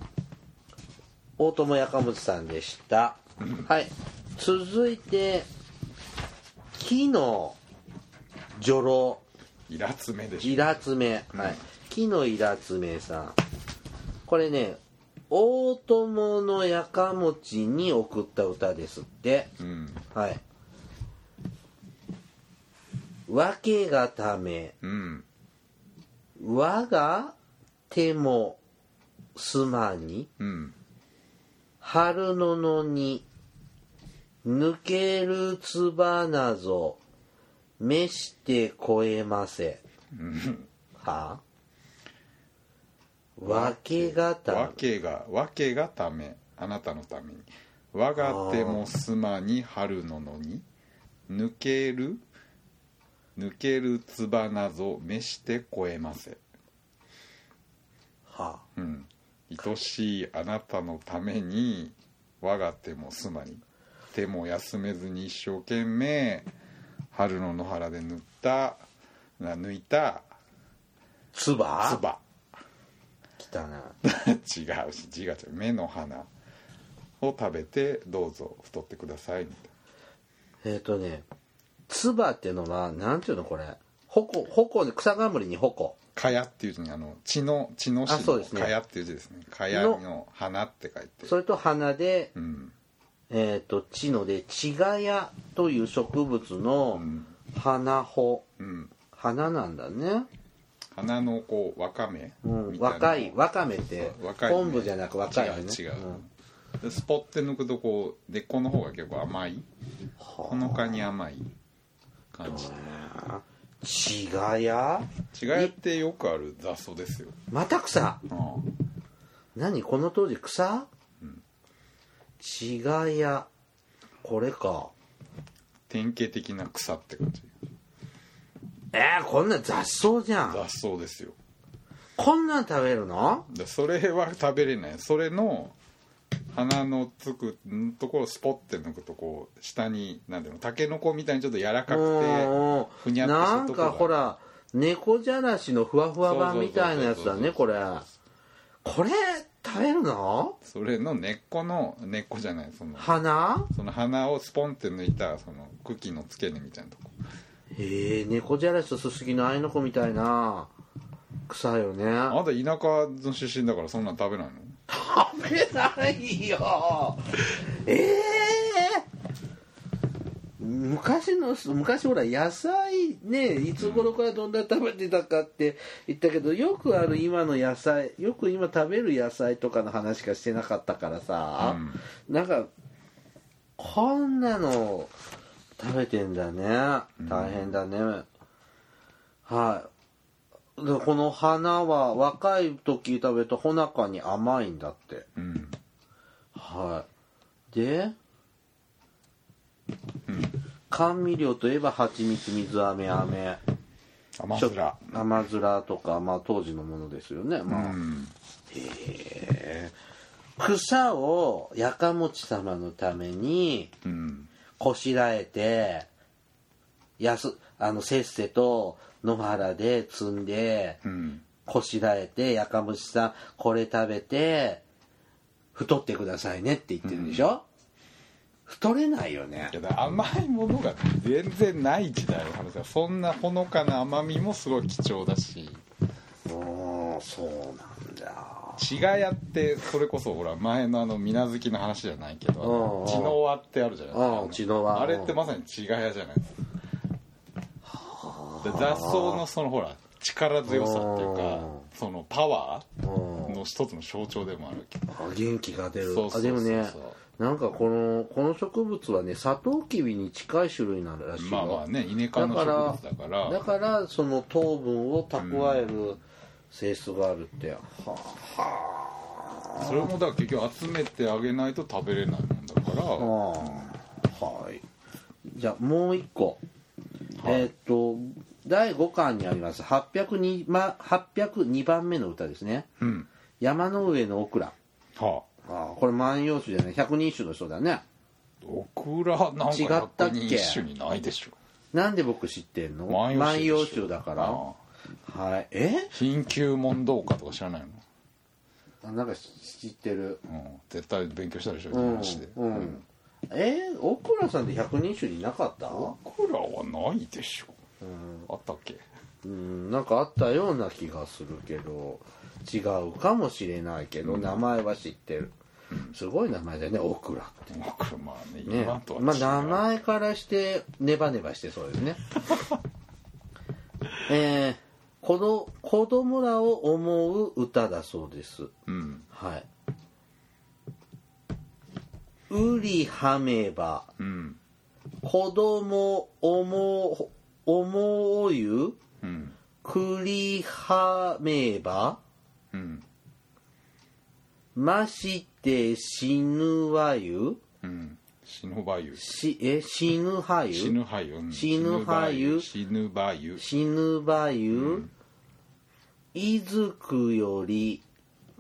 Speaker 1: 大友やかもつさんでしたはい続いて木の女郎
Speaker 2: イラつめでしょ
Speaker 1: イラツメ、はい、木のイラツメさんこれね大友のやかもちに送った歌ですって
Speaker 2: うん
Speaker 1: はいわけがため
Speaker 2: うん
Speaker 1: 我が手もすまに
Speaker 2: うん
Speaker 1: 春ののに抜けるつばなぞ召して越えませ
Speaker 2: うん
Speaker 1: はわけがた
Speaker 2: わけがわけがためあなたのために我が手もすまに春ののに抜ける抜けるつばなぞ召して越えませ
Speaker 1: は
Speaker 2: うん愛しいあなたのために我が手もすまに手も休めずに一生懸命春の野原で塗ったな抜いた
Speaker 1: つ
Speaker 2: つ
Speaker 1: ば
Speaker 2: ば
Speaker 1: きたな
Speaker 2: 違うし字が違う目の花を食べてどうぞ太ってくださいみたい
Speaker 1: え
Speaker 2: な
Speaker 1: っ、とねつばっていうのはなんていうのこれほこほこ草冠にほこ
Speaker 2: かやっていう字にあの血の血の
Speaker 1: あ
Speaker 2: 字
Speaker 1: そう
Speaker 2: の
Speaker 1: ですね
Speaker 2: かやっていう字ですねかやの花って書いて
Speaker 1: それと花で
Speaker 2: うん
Speaker 1: えー、と地のでチガヤという植物の花穂、
Speaker 2: うん
Speaker 1: 花なんだね、
Speaker 2: 花のこうわかめ
Speaker 1: うん、
Speaker 2: みたな
Speaker 1: 若いわかめって
Speaker 2: 若いね
Speaker 1: 昆布じゃなく若いよね
Speaker 2: 違う違う、
Speaker 1: ん
Speaker 2: でスポッて抜くとこう根っこの方が結構甘いほのかに甘い感じ
Speaker 1: チガヤ
Speaker 2: 違いってよくある雑草ですよ、
Speaker 1: また草
Speaker 2: うん
Speaker 1: 何この当時草、チガヤこれか
Speaker 2: 典型的な草って感じ
Speaker 1: えー、こんな雑草じゃん
Speaker 2: 雑草ですよ
Speaker 1: こんなん食べるの
Speaker 2: でそれは食べれないそれの鼻のつくんところをスポッて抜くとこう下に何ていうのタケノコみたいにちょっと柔らかく
Speaker 1: うん
Speaker 2: ふにゃっとした
Speaker 1: なん
Speaker 2: とこが
Speaker 1: かほら猫じゃらしのふわふわ版みたいなやつだね
Speaker 2: そ
Speaker 1: こ
Speaker 2: うそうそうそう
Speaker 1: れこれ食べるの
Speaker 2: てそれの根っこの根っこじゃないその
Speaker 1: 花
Speaker 2: その鼻をスポンって抜いたその茎の付け根みたいなとこ
Speaker 1: へえ猫じゃらしとすすぎのあいの子みたいな草よね
Speaker 2: あなた田舎の出身だからそんなん食べないの
Speaker 1: 食べないよええ昔の昔ほら野菜ねいつ頃からどんな食べてたかって言ったけどよくある今の野菜よく今食べる野菜とかの話しかしてなかったからさ、なんかこんなの食べてんだね大変だね、はいでこの花は若い時食べたほなかに甘いんだって
Speaker 2: うん
Speaker 1: はいで甘味料といえば蜂蜜水飴飴
Speaker 2: 甘すら
Speaker 1: ちょ甘面とか、まあ、当時のものですよね、
Speaker 2: う
Speaker 1: まあ
Speaker 2: ん
Speaker 1: へー草をやかもち様のために
Speaker 2: うん
Speaker 1: こしらえてやすあのせっせと野原で摘んで
Speaker 2: うん
Speaker 1: こしらえてやかもちさんこれ食べて太ってくださいねって言ってるでしょ、太れないよね
Speaker 2: いやだから甘いものが全然ない時代の話だそんなほのかな甘みもすごい貴重だし
Speaker 1: うんそうなんだ
Speaker 2: 血がやってそれこそほら前のあの水無月の話じゃないけ
Speaker 1: うんう
Speaker 2: ど
Speaker 1: ん
Speaker 2: 血の輪ってあるじゃないですか
Speaker 1: うん血の輪
Speaker 2: あれってまさに血がやじゃないですかで雑草のそのほら力強さっていうか
Speaker 1: うん
Speaker 2: そのパワ
Speaker 1: うん
Speaker 2: ーの一つの象徴でもあるけど
Speaker 1: あ元気が出る
Speaker 2: そうそうそうそう
Speaker 1: あでもねなんかこのこの植物はねサトウキビに近い種類なんらしいよ、
Speaker 2: まあまあねイネ科の植物だから
Speaker 1: だからその糖分を蓄える性質があるって、は
Speaker 2: それもだから結局集めてあげないと食べれないもんだから
Speaker 1: あはいじゃあもう一個、
Speaker 2: はい
Speaker 1: えーっと第5巻にあります802、ま、802番目の歌ですね
Speaker 2: うん
Speaker 1: 「山の上のオクラ
Speaker 2: はあ」
Speaker 1: あーこれ「万葉集」じゃない百人一首の人だね
Speaker 2: オクラなん
Speaker 1: 違
Speaker 2: か
Speaker 1: ったっ
Speaker 2: 百
Speaker 1: け
Speaker 2: 人一首にないでしょ
Speaker 1: なんで僕知ってんの
Speaker 2: 万葉
Speaker 1: 万
Speaker 2: 集でしょ
Speaker 1: 葉集だから
Speaker 2: ああ
Speaker 1: はいえ
Speaker 2: 貧窮問答歌とか知らないの、
Speaker 1: あなんか知ってる
Speaker 2: うん、絶対勉強したでしょ
Speaker 1: う
Speaker 2: 今
Speaker 1: ん、
Speaker 2: の話で、
Speaker 1: うん、えー、大倉さんって百人一首になかった
Speaker 2: オクラはないでしょ
Speaker 1: うん、
Speaker 2: あったっけ
Speaker 1: うん、なんかあったような気がするけど違うかもしれないけど、名前は知ってるすごい名前だよね大倉って
Speaker 2: オクラまあね
Speaker 1: ね
Speaker 2: 今とは違う、
Speaker 1: まあ名前からしてネバネバしてそうですね (laughs) えー、子ど子供らを思う歌だそうです
Speaker 2: うん
Speaker 1: はい。うりはめば、
Speaker 2: うん
Speaker 1: 子供おも、おもおゆ、
Speaker 2: うん
Speaker 1: くりはめば、
Speaker 2: うん
Speaker 1: まして死ぬわゆ、
Speaker 2: うん死ぬばゆ
Speaker 1: し、え、死ぬはゆ
Speaker 2: 死ぬはゆうん
Speaker 1: 死ぬばゆ
Speaker 2: 死ぬばゆ
Speaker 1: 死ぬばゆ、いずくより、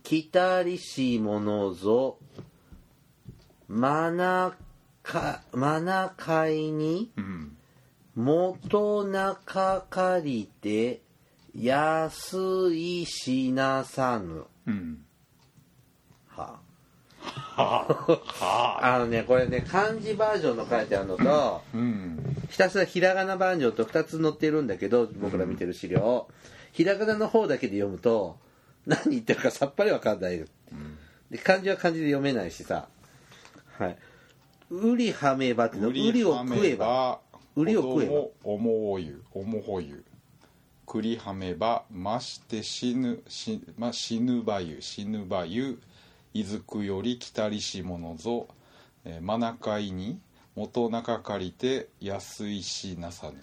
Speaker 1: きたりしものぞ、まなか、まなかいに、
Speaker 2: うん
Speaker 1: 元中かりて、安いしなさぬ。
Speaker 2: うん
Speaker 1: は
Speaker 2: はあ
Speaker 1: あのね、これね、漢字バージョンの書いてあるのと、
Speaker 2: うん
Speaker 1: ひたすらひらがなバージョンと2つ載ってるんだけど僕ら見てる資料、ひらがなの方だけで読むと何言ってるかさっぱりわかんないよで漢字は漢字で読めないしさはい「うりはめば」っての「うりを食えば
Speaker 2: 売
Speaker 1: 売
Speaker 2: り
Speaker 1: り
Speaker 2: を
Speaker 1: を食
Speaker 2: 食え
Speaker 1: え
Speaker 2: ば
Speaker 1: ば
Speaker 2: おもおゆおもほゆくりはめばまして死ぬし、ま、死ぬばゆ死ぬばゆいずくよりきたりしものぞ、えー、まなかいに元中借りて安いしなさぬ」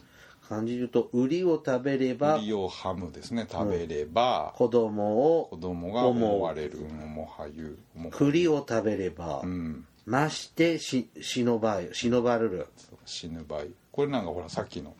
Speaker 1: 漢字で言うと「うりを食べれば
Speaker 2: 売りをはむですね食べれば、
Speaker 1: 子供
Speaker 2: 子
Speaker 1: を
Speaker 2: 供が思われるおもはゆおもほゆ
Speaker 1: 栗を食べれば、
Speaker 2: うん
Speaker 1: ましてし忍ばよ忍ばるる」
Speaker 2: そう死ぬ場合これなんかほらさっきの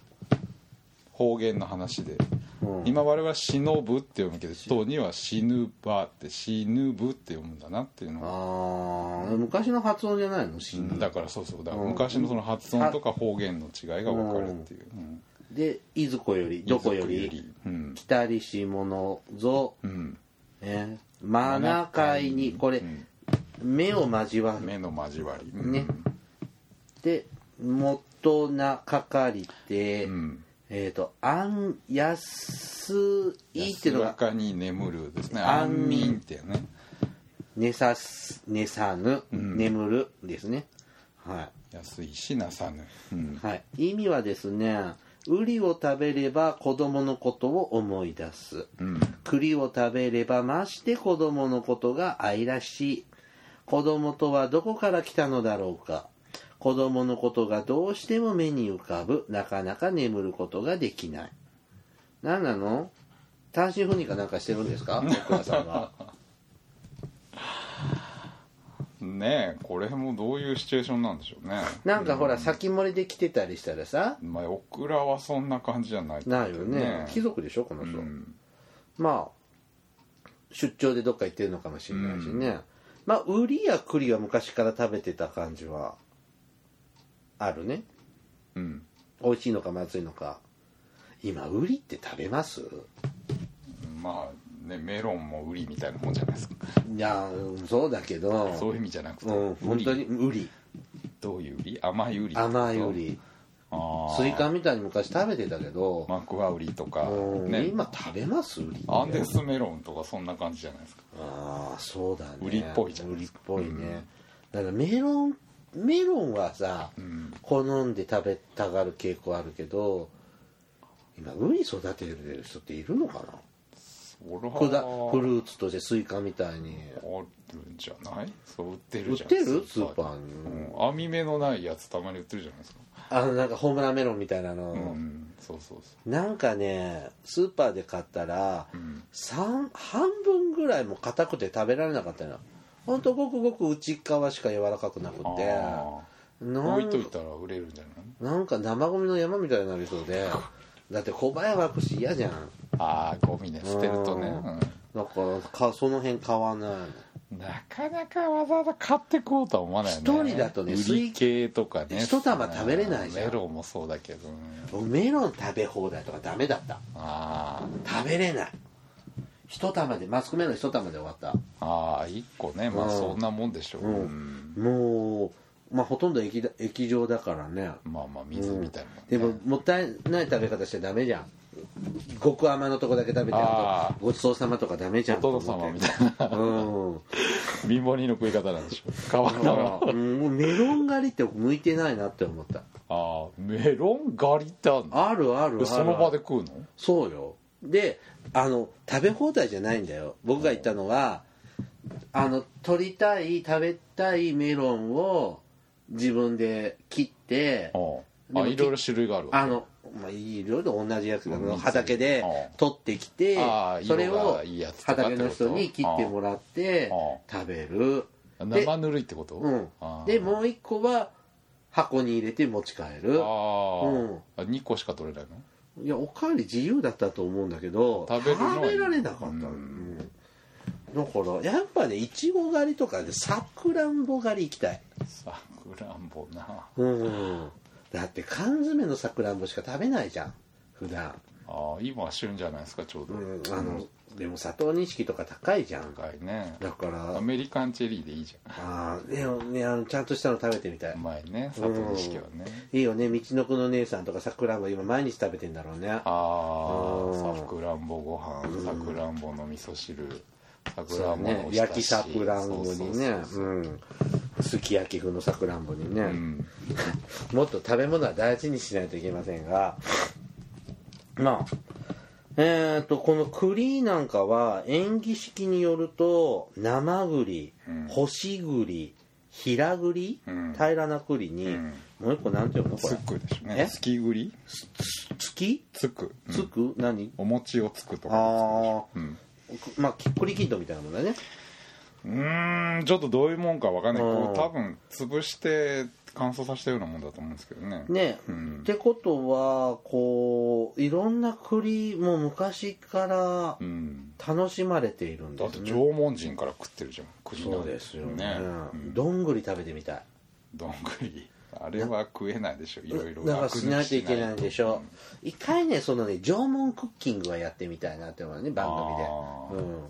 Speaker 2: 方言の話で、
Speaker 1: うん
Speaker 2: 今我々は「忍ぶ」って読むけど当には「死ぬ場」って「死ぬぶ」って読むんだなっていうのは、
Speaker 1: あー昔の発音じゃないの死ぬ
Speaker 2: だからそうそうだから昔のその発音とか方言の違いが分かるっていう、うん
Speaker 1: で「いずこよりどこよ
Speaker 2: 遺
Speaker 1: り
Speaker 2: 族」うん
Speaker 1: 来たりしものぞ、
Speaker 2: うん、
Speaker 1: ね、まなかいにこれ、
Speaker 2: ん
Speaker 1: 目を交わる
Speaker 2: 目の交わり、
Speaker 1: ねで元なかかりて、
Speaker 2: うん
Speaker 1: えっ、と「あんやすい」っていう
Speaker 2: 安
Speaker 1: の
Speaker 2: ら
Speaker 1: が
Speaker 2: かに眠るですね
Speaker 1: 安
Speaker 2: 安
Speaker 1: 眠
Speaker 2: 眠っていうね
Speaker 1: 「寝さす」「寝さぬ」眠る」ですね、はい
Speaker 2: 安いしなさぬ、うん、
Speaker 1: はい、意味はですねウリを食べれば子供のことを思い出す、
Speaker 2: ん
Speaker 1: 栗を食べればまして子供のことが愛らしい子供とはどこから来たのだろうか子供のことがどうしても目に浮かぶなかなか眠ることができない何なの単身赴任かなんかしてるんですか奥倉さんは
Speaker 2: ねえこれもどういうシチュエーションなんでしょうね
Speaker 1: なんかほら先漏れで来てたりしたらさ
Speaker 2: まあオクラはそんな感じじゃないってこと
Speaker 1: ないよね貴族でしょこの人、
Speaker 2: うん
Speaker 1: まあ出張でどっか行ってるのかもしれないしね、まあウリや栗は昔から食べてた感じはあるね
Speaker 2: うん
Speaker 1: 美味しいのかまずいのか今ウリって食べます
Speaker 2: まあねメロンも売りみたいなもんじゃないですか
Speaker 1: いやうんそうだけど
Speaker 2: そういう意味じゃなくて、
Speaker 1: うん本当にウリ
Speaker 2: どういう売り甘い売り
Speaker 1: 甘いウリス
Speaker 2: ス
Speaker 1: イ
Speaker 2: イカ
Speaker 1: カみたいに昔食べてたけど、
Speaker 2: マクワウリとか
Speaker 1: うん
Speaker 2: ね
Speaker 1: 今食べますウリ
Speaker 2: アンデスメロンとかそんな感じじゃないですか
Speaker 1: ああそうだね
Speaker 2: 売りっぽいじゃん
Speaker 1: 売りっぽいね、だからメロンメロンはさ、
Speaker 2: ん
Speaker 1: 好んで食べたがる傾向あるけど今ウリ育ててる人っているのかな
Speaker 2: 俺は
Speaker 1: これだフルーツとしてスイカみたいに
Speaker 2: あるんじゃないそう売って
Speaker 1: 売
Speaker 2: る
Speaker 1: っ
Speaker 2: じゃん
Speaker 1: てるスーパーに、
Speaker 2: うん、網目のないやつたまに売ってるじゃないですか
Speaker 1: あのなんかホームランメロンみたいなの、
Speaker 2: うんそうそうそ
Speaker 1: なんかねスーパーで買ったら、三半分ぐらいも硬くて食べられなかったのほんとごくごく内側しか柔らかくなくて
Speaker 2: うああ
Speaker 1: な
Speaker 2: 置い
Speaker 1: ん
Speaker 2: といたら売れるんじゃない
Speaker 1: なんか生ゴミの山みたいになりそう
Speaker 2: (laughs)
Speaker 1: でだって小林くし嫌じゃん
Speaker 2: ああゴミね捨てるとね、
Speaker 1: うんだからかその辺買わない
Speaker 2: うんなかなかわざわざ買ってこうとは思わないよね
Speaker 1: 一人だとね
Speaker 2: 売り系とかね
Speaker 1: 一玉食べれないじゃん
Speaker 2: メロンもそうだけど、ね、
Speaker 1: 僕メロン食べ放題とかダメだった
Speaker 2: あ
Speaker 1: 食べれない一玉でマスクメロン一玉で終わった
Speaker 2: あああ一個ねまあ
Speaker 1: うん
Speaker 2: そんなもんでしょう、うん
Speaker 1: もう、まあ、ほとんど液だ液状だからね
Speaker 2: まあまあ水みたいなもんね、
Speaker 1: でももったいない食べ方しちゃダメじゃん極甘のとこだけ食べてる
Speaker 2: あ
Speaker 1: とごちそうさまとかダメじゃん
Speaker 2: お殿様みたいな
Speaker 1: うん
Speaker 2: 貧乏人の食い方なんでし
Speaker 1: (laughs)
Speaker 2: ょ変わらないあ
Speaker 1: うんもうメロン狩りって向いてないなって思った
Speaker 2: あメロン狩りってあるの
Speaker 1: あるあるある
Speaker 2: その場で食うの
Speaker 1: そうよであの食べ放題じゃないんだよ僕が言ったのはあの取りたい食べたいメロンを自分で切って
Speaker 2: うん
Speaker 1: で
Speaker 2: あ
Speaker 1: も
Speaker 2: いろいろ種類がある
Speaker 1: あの、まあ、いろいろ同じやつがあ
Speaker 2: うん
Speaker 1: の畑で
Speaker 2: うん
Speaker 1: 取ってきて
Speaker 2: あー
Speaker 1: それ
Speaker 2: 色
Speaker 1: を
Speaker 2: がいいやつとかってこと
Speaker 1: 畑の人に切ってもらって
Speaker 2: う
Speaker 1: 食べるで
Speaker 2: 生ぬるいってこと、
Speaker 1: うん
Speaker 2: あー
Speaker 1: でもう一個は箱に入れて持ち帰る
Speaker 2: あー、
Speaker 1: うん
Speaker 2: あ2個しか取れないの
Speaker 1: いやおかわり自由だったと思うんだけど
Speaker 2: 食べるのはいい
Speaker 1: られなかった、
Speaker 2: う
Speaker 1: うんんだからやっぱねいちご狩りとかでさくらんぼ狩り行きたい、
Speaker 2: さくらんぼな
Speaker 1: うん、だって缶詰のさくらんぼしか食べないじゃん普段
Speaker 2: あー今は旬じゃないですかちょうど、
Speaker 1: うんあのでも佐藤錦とか高いじゃん
Speaker 2: 高いね
Speaker 1: だから
Speaker 2: アメリカンチェリーでいいじゃ
Speaker 1: あーでもねあのちゃんとしたの食べてみたい
Speaker 2: んうまいね佐藤錦はね
Speaker 1: いいよねみちのくの姉さんとかさくらんぼ今毎日食べてんだろうね
Speaker 2: あ
Speaker 1: う
Speaker 2: あ
Speaker 1: ん
Speaker 2: さくらんぼご飯さくらんぼの味噌汁さくら
Speaker 1: そうん
Speaker 2: ぼの
Speaker 1: ね
Speaker 2: おひたし
Speaker 1: 焼きさくらんぼにね
Speaker 2: そうそうそう
Speaker 1: うんすき焼き風のさくらんぼにね、
Speaker 2: うん
Speaker 1: もっと食べ物は大事にしないといけませんがまあえー、とこの栗なんかは縁起式によると生栗、干し栗平栗、
Speaker 2: うん
Speaker 1: 平らな栗に、
Speaker 2: ん
Speaker 1: もう一個なんていうのこ
Speaker 2: つ
Speaker 1: れ
Speaker 2: くでしょ
Speaker 1: え
Speaker 2: ねつき売り
Speaker 1: 月
Speaker 2: つく、うん
Speaker 1: つく、何
Speaker 2: お餅をつくと
Speaker 1: あ
Speaker 2: か
Speaker 1: あ、
Speaker 2: ん
Speaker 1: まあきっくりきんとんみたいなもんだね
Speaker 2: うーんちょっとどういうもんかわかんないけど
Speaker 1: うん
Speaker 2: 多分潰して乾燥させたようなもんだと思うんですけどね
Speaker 1: ね、
Speaker 2: うん
Speaker 1: ってことはこういろんな栗も昔から
Speaker 2: うん
Speaker 1: 楽しまれているん
Speaker 2: だ
Speaker 1: で
Speaker 2: って
Speaker 1: す
Speaker 2: 縄
Speaker 1: ね、
Speaker 2: 文人から食ってるじゃん栗の
Speaker 1: そうですよね
Speaker 2: ね、
Speaker 1: うんどんぐり食べてみたい
Speaker 2: どんぐりあれは食えないでしょいろいろ
Speaker 1: だからしないといけないんでしょ
Speaker 2: う
Speaker 1: う一回ねそのね縄文クッキングはやってみたいなって思うね番
Speaker 2: あー
Speaker 1: 組でうん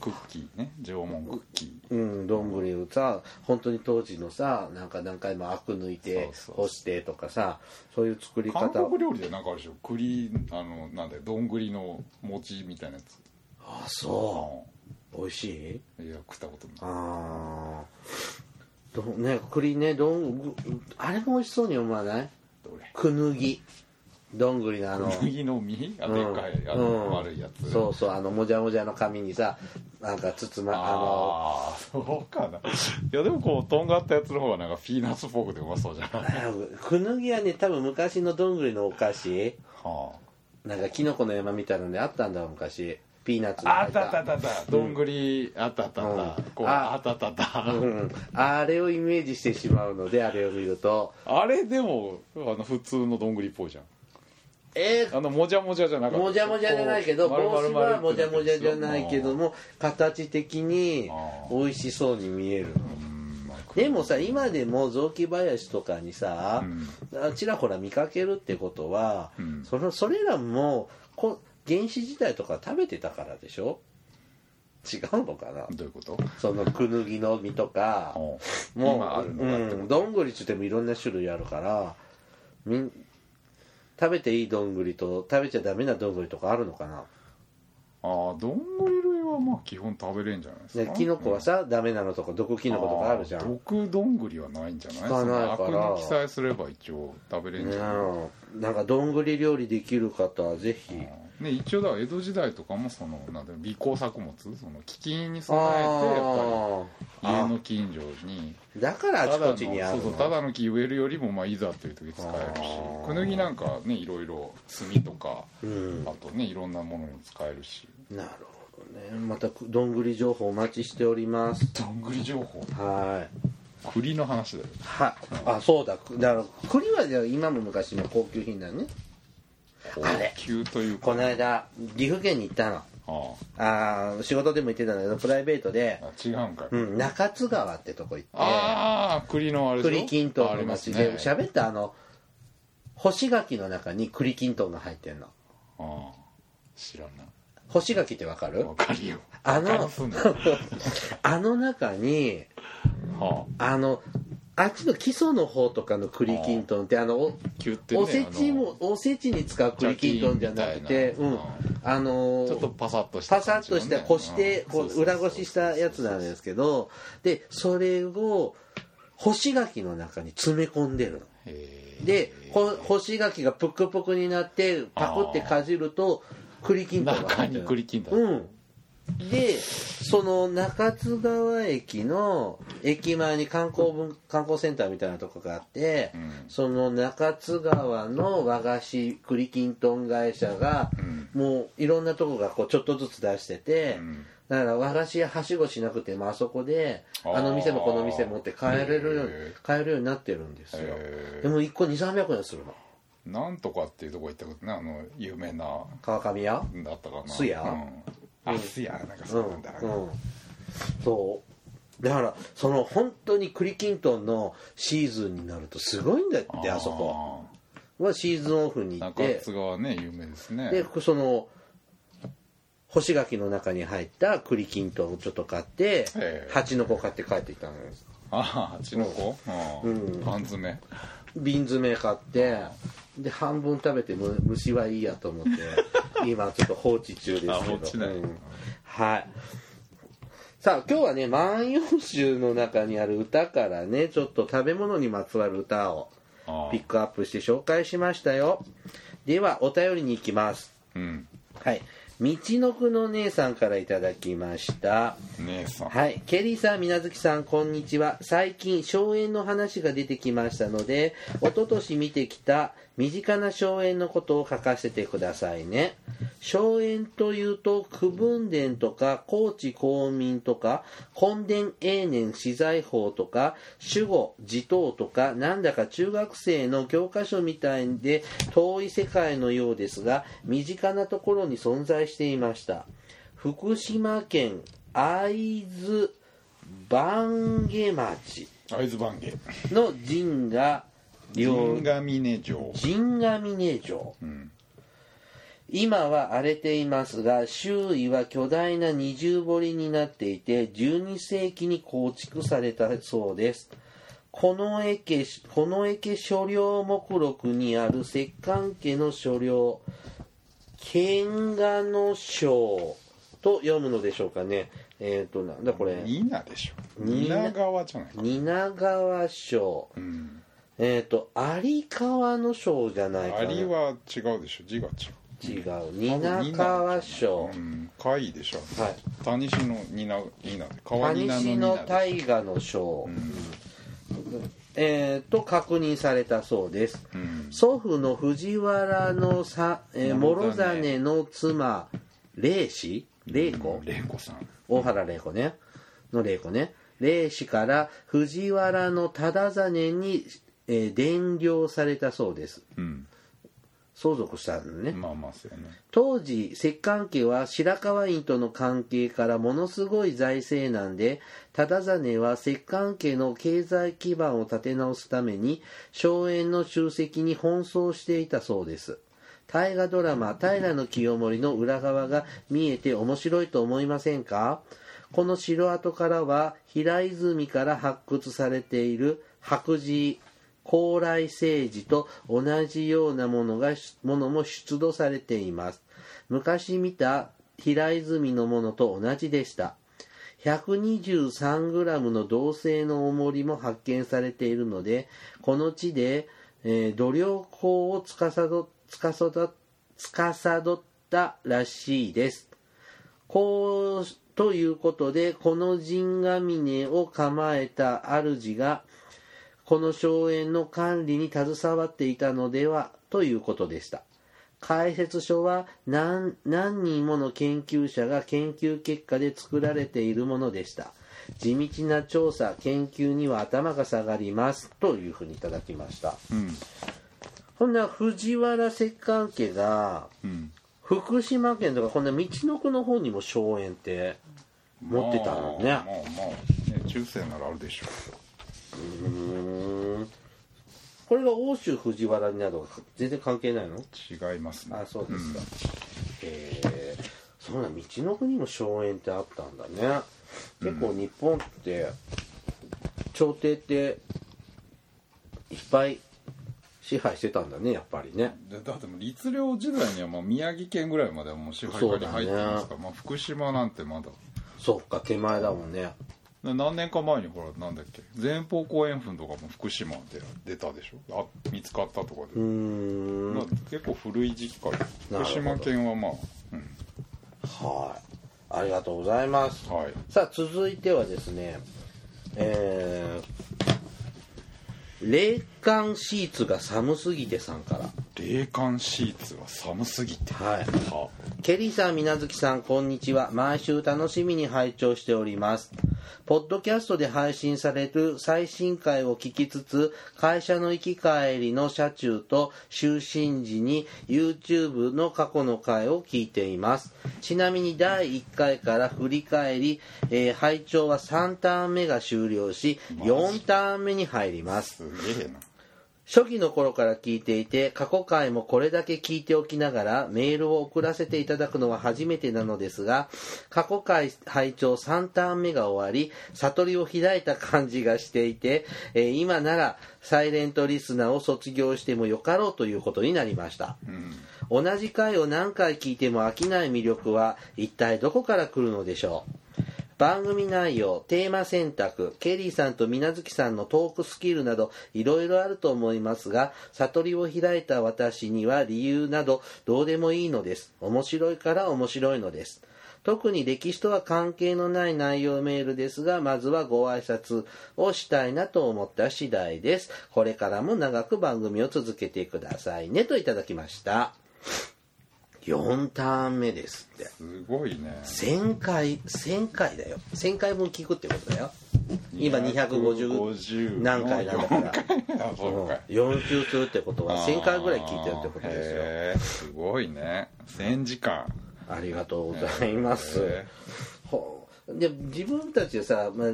Speaker 2: クッキーね縄文クッキ
Speaker 1: うん、どんぐりをさ本当に当時のさなんか何回もアク抜いて
Speaker 2: そうそう
Speaker 1: 干してとかさそういう作り
Speaker 2: ー韓
Speaker 1: 方
Speaker 2: 国料理でなんかあるでしょ栗あのなんだよどんぐりの餅みたいなやつ
Speaker 1: あそう美味しい
Speaker 2: うんいや食ったことない
Speaker 1: ああどね栗ねどんぐあれも美味しそうに思わない
Speaker 2: どれ
Speaker 1: くぬぎどんぐりのあの
Speaker 2: 麦の実がでっかい、
Speaker 1: うん
Speaker 2: あの丸いやつ、
Speaker 1: そうそうあのもじゃもじゃの紙にさなんか包まあの
Speaker 2: ああそうかないやでもこうとんがったやつの方がなんかピーナッツっぽくてうまそうじゃない、
Speaker 1: くぬぎはね多分昔のどんぐりのお菓子 (laughs)
Speaker 2: は
Speaker 1: なんかキノコの山みたいなのであったんだわ昔ピーナッツの
Speaker 2: あ、あ
Speaker 1: 入
Speaker 2: ったあったあったあったどんぐりあったあったあった、
Speaker 1: うん
Speaker 2: こう
Speaker 1: あ
Speaker 2: あったあったあった、
Speaker 1: うん、あれをイメージしてしまうのであれを見ると
Speaker 2: あれでもあの普通のどんぐりっぽいじゃん
Speaker 1: え
Speaker 2: あのもじゃもじゃじゃなかった
Speaker 1: もじゃもじゃじゃないけど帽
Speaker 2: こう
Speaker 1: 子はもじゃもじゃじゃ
Speaker 2: 丸々丸々
Speaker 1: ないけども形的に
Speaker 2: あー
Speaker 1: 美味しそうに見える
Speaker 2: うんまあ
Speaker 1: でもさ今でも雑木林とかにさ
Speaker 2: うん、
Speaker 1: あちらほら見かけるってことは、
Speaker 2: うん
Speaker 1: そのそれらもこ原始時代とか食べてたからでしょ違うのかな
Speaker 2: どういうこと
Speaker 1: そのクヌギの実とか
Speaker 2: も
Speaker 1: もう
Speaker 2: 今あるのかってこと
Speaker 1: うん、どんぐりっつってもいろんな種類あるからみん食べていいどんぐりと食べちゃダメなどんぐりとかあるのかな
Speaker 2: ああどんぐり類はまあ基本食べれんじゃないです
Speaker 1: で
Speaker 2: か
Speaker 1: キノコはさ、ダメなのとか毒キノコとかあるじゃ
Speaker 2: あー
Speaker 1: ん
Speaker 2: 毒どんぐりはないんじゃない
Speaker 1: 聞かないから
Speaker 2: その悪に記載すれば一応食べれんじゃない、
Speaker 1: うんなんかどんぐり料理できる方はぜひ、
Speaker 2: ね、一応だから江戸時代とかもそのなんだろう微耕作物その飢饉に備えてやっ
Speaker 1: あ
Speaker 2: ぱり家
Speaker 1: あ
Speaker 2: の近所に
Speaker 1: だからあ
Speaker 2: た
Speaker 1: ち
Speaker 2: だ
Speaker 1: こ
Speaker 2: の
Speaker 1: ちにあ
Speaker 2: そう
Speaker 1: る
Speaker 2: そう
Speaker 1: の
Speaker 2: ただの木植えるよりもまあいざという時使えるし
Speaker 1: あー
Speaker 2: クヌギなんかねいろいろ炭とか
Speaker 1: うん
Speaker 2: あとねいろんなものに使えるし
Speaker 1: なるほどねまたどんぐり情報お待ちしております
Speaker 2: どんぐり情報
Speaker 1: はい
Speaker 2: 栗の話だよ
Speaker 1: はあそうだくだから栗はじゃあ今も昔も高級品だよね
Speaker 2: 高
Speaker 1: あれ
Speaker 2: 級というか
Speaker 1: この間岐阜県に行ったの
Speaker 2: あ
Speaker 1: あー仕事でも行ってたんだけどプライベートで
Speaker 2: あ、違うんかい、
Speaker 1: うん、中津川ってとこ行って
Speaker 2: ああ栗のあれでしょ
Speaker 1: 栗きんとん
Speaker 2: あ
Speaker 1: の
Speaker 2: ります
Speaker 1: 町
Speaker 2: ね
Speaker 1: で喋、ったあの干し柿の中に栗きんとんが入ってんの
Speaker 2: ああ知らんな
Speaker 1: 干し柿ってわかる
Speaker 2: わかるよ
Speaker 1: あの
Speaker 2: わかりすんなは
Speaker 1: (laughs) あの中に
Speaker 2: あ
Speaker 1: あのあっちの基礎の方とかの栗きんとんってあのお
Speaker 2: キュッてね
Speaker 1: おせちもおせちに使う栗きんとんじゃなくて
Speaker 2: ジャキ
Speaker 1: う
Speaker 2: ーンみ
Speaker 1: ん
Speaker 2: たいな
Speaker 1: あの
Speaker 2: あの
Speaker 1: ー
Speaker 2: ちょっとパサッとした
Speaker 1: パサッとしたこしてこう裏ごししたやつなんですすけどでそれを干し柿の中に詰め込んでるのでこ干し柿がプクプクになってパクってかじると栗きんとんが入
Speaker 2: 中
Speaker 1: ってる
Speaker 2: に栗きんだ
Speaker 1: うんでその中津川駅の駅前に観光文観光センターみたいなとこがあって、
Speaker 2: ん
Speaker 1: その中津川の和菓子栗きんとん会社が、
Speaker 2: ん
Speaker 1: もういろんなとこがこうちょっとずつ出してて、
Speaker 2: ん
Speaker 1: だから和菓子やはしごしなくてもあそこで
Speaker 2: あー
Speaker 1: あの店もこの店もって買えれるように
Speaker 2: へ
Speaker 1: 買えるようになってるんですよ
Speaker 2: へー
Speaker 1: でも1個2300円するの
Speaker 2: なんとかっていうとこ行ったことねあの有名な
Speaker 1: 川上屋
Speaker 2: だったかな
Speaker 1: すや
Speaker 2: うんあすやなんか
Speaker 1: う
Speaker 2: そ
Speaker 1: ん
Speaker 2: うなんだ、
Speaker 1: うん、そうだからその本当に栗きんとんのシーズンになるとすごいんだってあそこはシーズンオフに行っ
Speaker 2: 中
Speaker 1: て
Speaker 2: 津川ね有名ですね
Speaker 1: でその干し柿の中に入った栗きんとんをちょっと買って
Speaker 2: ええ
Speaker 1: 蜂の子買って帰ってきたのよ
Speaker 2: ああ蜂の子
Speaker 1: うん
Speaker 2: うん缶詰
Speaker 1: 瓶詰め買ってで半分食べてむ虫はいいやと思って
Speaker 2: (laughs)
Speaker 1: 今ちょっと放置中ですけど
Speaker 2: あ放置なんや
Speaker 1: うんはいさあ今日はね「万葉集」の中にある歌からねちょっと食べ物にまつわる歌を
Speaker 2: あ
Speaker 1: ピックアップして紹介しましたよではお便りに行きます
Speaker 2: うん
Speaker 1: はいみちのくの姉さんからいただきました
Speaker 2: 姉さん
Speaker 1: はい、ケリーさん、水無月さん、こんにちは。最近、荘園の話が出てきましたので、一昨年見てきた身近な荘園のことを書かせてくださいね。荘園というと、区分殿とか、高知公民とか、根伝永年資材法とか、守護、持統とか、なんだか中学生の教科書みたいで遠い世界のようですが、身近なところに存在していました。福島県会津番下町
Speaker 2: 会津番芸
Speaker 1: の神が両
Speaker 2: 銀河峰城
Speaker 1: 神ヶ峰城
Speaker 2: うん
Speaker 1: 今は荒れていますが周囲は巨大な二重堀になっていて12世紀に構築されたそうです近衛家近衛家所領目録にある摂関家の所領剣河の章と読むのでしょうかね、ええっ、となんだこれ
Speaker 2: ニナでしょ
Speaker 1: ニ
Speaker 2: ニ
Speaker 1: ナ
Speaker 2: ナ側じゃないか
Speaker 1: 蜷川賞
Speaker 2: うん
Speaker 1: えっ、と有川の賞じゃないか
Speaker 2: ア
Speaker 1: な
Speaker 2: リ
Speaker 1: 違う
Speaker 2: は違うでしょ字が違う
Speaker 1: 蜷川賞
Speaker 2: うんかいでしょ
Speaker 1: はい
Speaker 2: タニシのニナニナで川ニナの
Speaker 1: 西
Speaker 2: ニ
Speaker 1: の
Speaker 2: ナで
Speaker 1: 大河の賞、
Speaker 2: うん
Speaker 1: えー、と確認されたそうです
Speaker 2: うん
Speaker 1: 祖父の藤原のさ、えー、
Speaker 2: 諸
Speaker 1: 諸
Speaker 2: 実
Speaker 1: 実の妻霊氏霊子、
Speaker 2: レイコさん
Speaker 1: 大原玲子ねの玲子ね霊子から藤原の忠真に、えー伝領されたそうです
Speaker 2: うん
Speaker 1: 相続したのね、
Speaker 2: まあまあそうやね
Speaker 1: 当時摂関家は白河院との関係からものすごい財政難で忠真は摂関家の経済基盤を立て直すために荘園の集積に奔走していたそうです大河ドラマ「平清盛」の裏側が見えて面白いと思いませんかこの城跡からは平泉から発掘されている白磁高麗政治と同じようなものがものも出土されています昔見た平泉のものと同じでした123グラムの銅製の重りも発見されているのでこの地で、えー、土量工を司ど司ど司ったらしいですこうということでこの陣ヶ峰を構えた主がこの荘園の管理に携わっていたのではということでした解説書は何何人もの研究者が研究結果で作られているものでした地道な調査研究には頭が下がりますというふうにいただきました
Speaker 2: うん
Speaker 1: ほんなら藤原摂関家が
Speaker 2: うん
Speaker 1: 福島県とかこんな道のくの方にも荘園って持ってたのね、
Speaker 2: まあまあまあね中世ならあるでしょ
Speaker 1: うーんこれが欧州藤原になるのが全然関係ないの
Speaker 2: 違いますね
Speaker 1: あそうですか、へえそんな道の国も荘園ってあったんだね結構日本って朝廷っていっぱい支配してたんだねやっぱりね
Speaker 2: でだってもう律令時代にはもう宮城県ぐらいまではもう支配下に入ってますから、まあ、福島なんてまだ
Speaker 1: そっか手前だもんね
Speaker 2: で何年か前にほらなんだっけ前方後円墳とかも福島で出たでしょあ見つかったとか
Speaker 1: う
Speaker 2: で、
Speaker 1: ー
Speaker 2: まあ
Speaker 1: ん、
Speaker 2: 結構古い時期から
Speaker 1: ほど
Speaker 2: 福島県はまあ、うん、
Speaker 1: はいありがとうございます
Speaker 2: はい
Speaker 1: さあ続いてはですねえー、冷感シーツが寒すぎてさんから
Speaker 2: 冷感シーツは寒すぎて
Speaker 1: はい
Speaker 2: は
Speaker 1: ケリーさん、みなずきさん、こんにちは。毎週楽しみに拝聴しております。ポッドキャストで配信される最新回を聞きつつ、会社の行き帰りの車中と就寝時に YouTube の過去の回を聞いています。ちなみに第1回から振り返り、えー拝聴は3ターン目が終了し、4ターン目に入ります。
Speaker 2: すげえな
Speaker 1: 初期の頃から聞いていて過去回もこれだけ聞いておきながらメールを送らせていただくのは初めてなのですが過去回拝聴3ターン目が終わり悟りを開いた感じがしていて、えー今ならサイレントリスナーを卒業してもよかろうということになりました、同じ回を何回聞いても飽きない魅力は一体どこから来るのでしょう番組内容テーマ選択ケリーさんと水無月さんのトークスキルなどいろいろあると思いますが悟りを開いた私には理由などどうでもいいのです面白いから面白いのです特に歴史とは関係のない内容メールですがまずはご挨拶をしたいなと思った次第ですこれからも長く番組を続けてくださいねといただきました4ターン目ですって
Speaker 2: すごいね
Speaker 1: 1000回1000回だよ1000回分聞くってことだよ今250
Speaker 2: 250
Speaker 1: 何回なんだから
Speaker 2: あそうか
Speaker 1: 4級するってことは1000回ぐらい聞いてるってことですよ
Speaker 2: ですよすごいね1000時間
Speaker 1: ありがとうございます、
Speaker 2: へ
Speaker 1: ほうで自分たちでさ、まあ、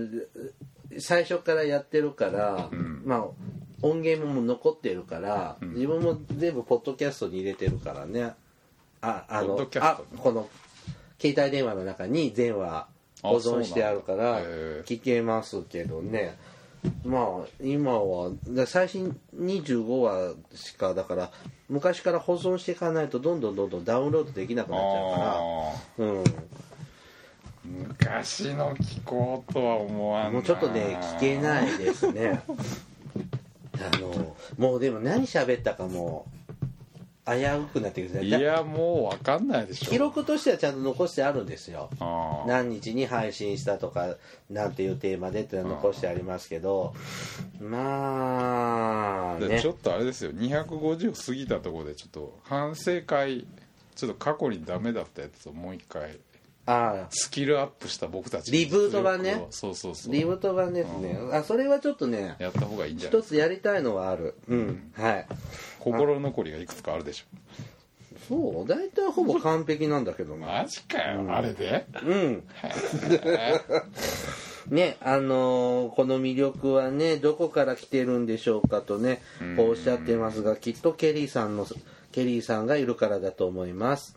Speaker 1: 最初からやってるから、まあ音源も残ってるから、自分も全部ポッドキャストに入れてるからねああ
Speaker 2: ポッド
Speaker 1: の
Speaker 2: キャス
Speaker 1: あ
Speaker 2: トね
Speaker 1: この携帯電話の中に全話保存してあるか
Speaker 2: あ
Speaker 1: ら
Speaker 2: そうなんだへえ
Speaker 1: 聞けますけどねまあ今はだ最新25話しかだから昔から保存していかないとどんどんどんどんダウンロードできなくな
Speaker 2: あ
Speaker 1: っちゃうから。うん、
Speaker 2: ー昔の気候とは思わんな
Speaker 1: もうちょっとね聞けないですね (laughs) あのもうでも何喋ったかも危うくなってくるんですね
Speaker 2: いやもう分かんないでしょ
Speaker 1: 記録としてはちゃんと残してあるんですよ
Speaker 2: ああ
Speaker 1: 何日に配信したとかなんていうテーマでっていうのは残してありますけどまあ
Speaker 2: で
Speaker 1: ね
Speaker 2: ちょっとあれですよ250を過ぎたところでちょっと反省会ちょっと過去にダメだったやつをもう一回
Speaker 1: ああ
Speaker 2: スキルアップした僕たち
Speaker 1: リブート版ね
Speaker 2: 実力をそうそうそう
Speaker 1: リブート版ですねあそれはちょっとね
Speaker 2: やった方がいいんじゃない
Speaker 1: 一つやりたいのはあるうんはい
Speaker 2: 心残りがいくつかあるでしょ
Speaker 1: そう大体ほぼ完璧なんだけどな
Speaker 2: マジかよ、あれで
Speaker 1: うんねあのーこの魅力はねどこから来てるんでしょうかとねこうおっしゃってますがきっとケリーさんのケリーさんがいるからだと思います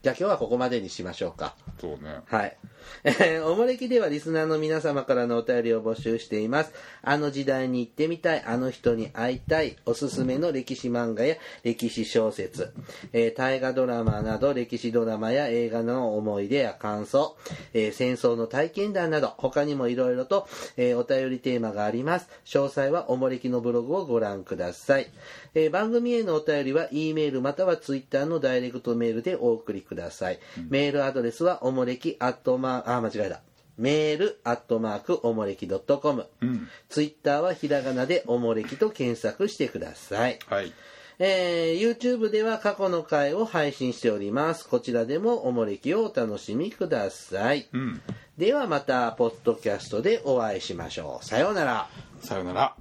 Speaker 1: じゃあ今日はここまでにしましょうか
Speaker 2: そうね
Speaker 1: はい。 (laughs) えーおもれきではリスナーの皆様からのお便りを募集しています。あの時代に行ってみたい、あの人に会いたい、おすすめの歴史漫画や歴史小説、えー大河ドラマなど歴史ドラマや映画の思い出や感想、えー戦争の体験談など、他にもいろいろと、えーお便りテーマがあります。詳細はおもれきのブログをご覧ください。えー番組へのお便りは E メールまたは Twitter のダイレクトメールでお送りください。メールアドレスはおもれきアットマーク、あ、間違えた。メールアットマークおもれき .com。ツイッターはひらがなでおもれきと検索してください。
Speaker 2: はい
Speaker 1: えー YouTube では過去の回を配信しております。こちらでもおもれきをお楽しみください。
Speaker 2: うん
Speaker 1: ではまた、ポッドキャストでお会いしましょう。さようなら。
Speaker 2: さよなら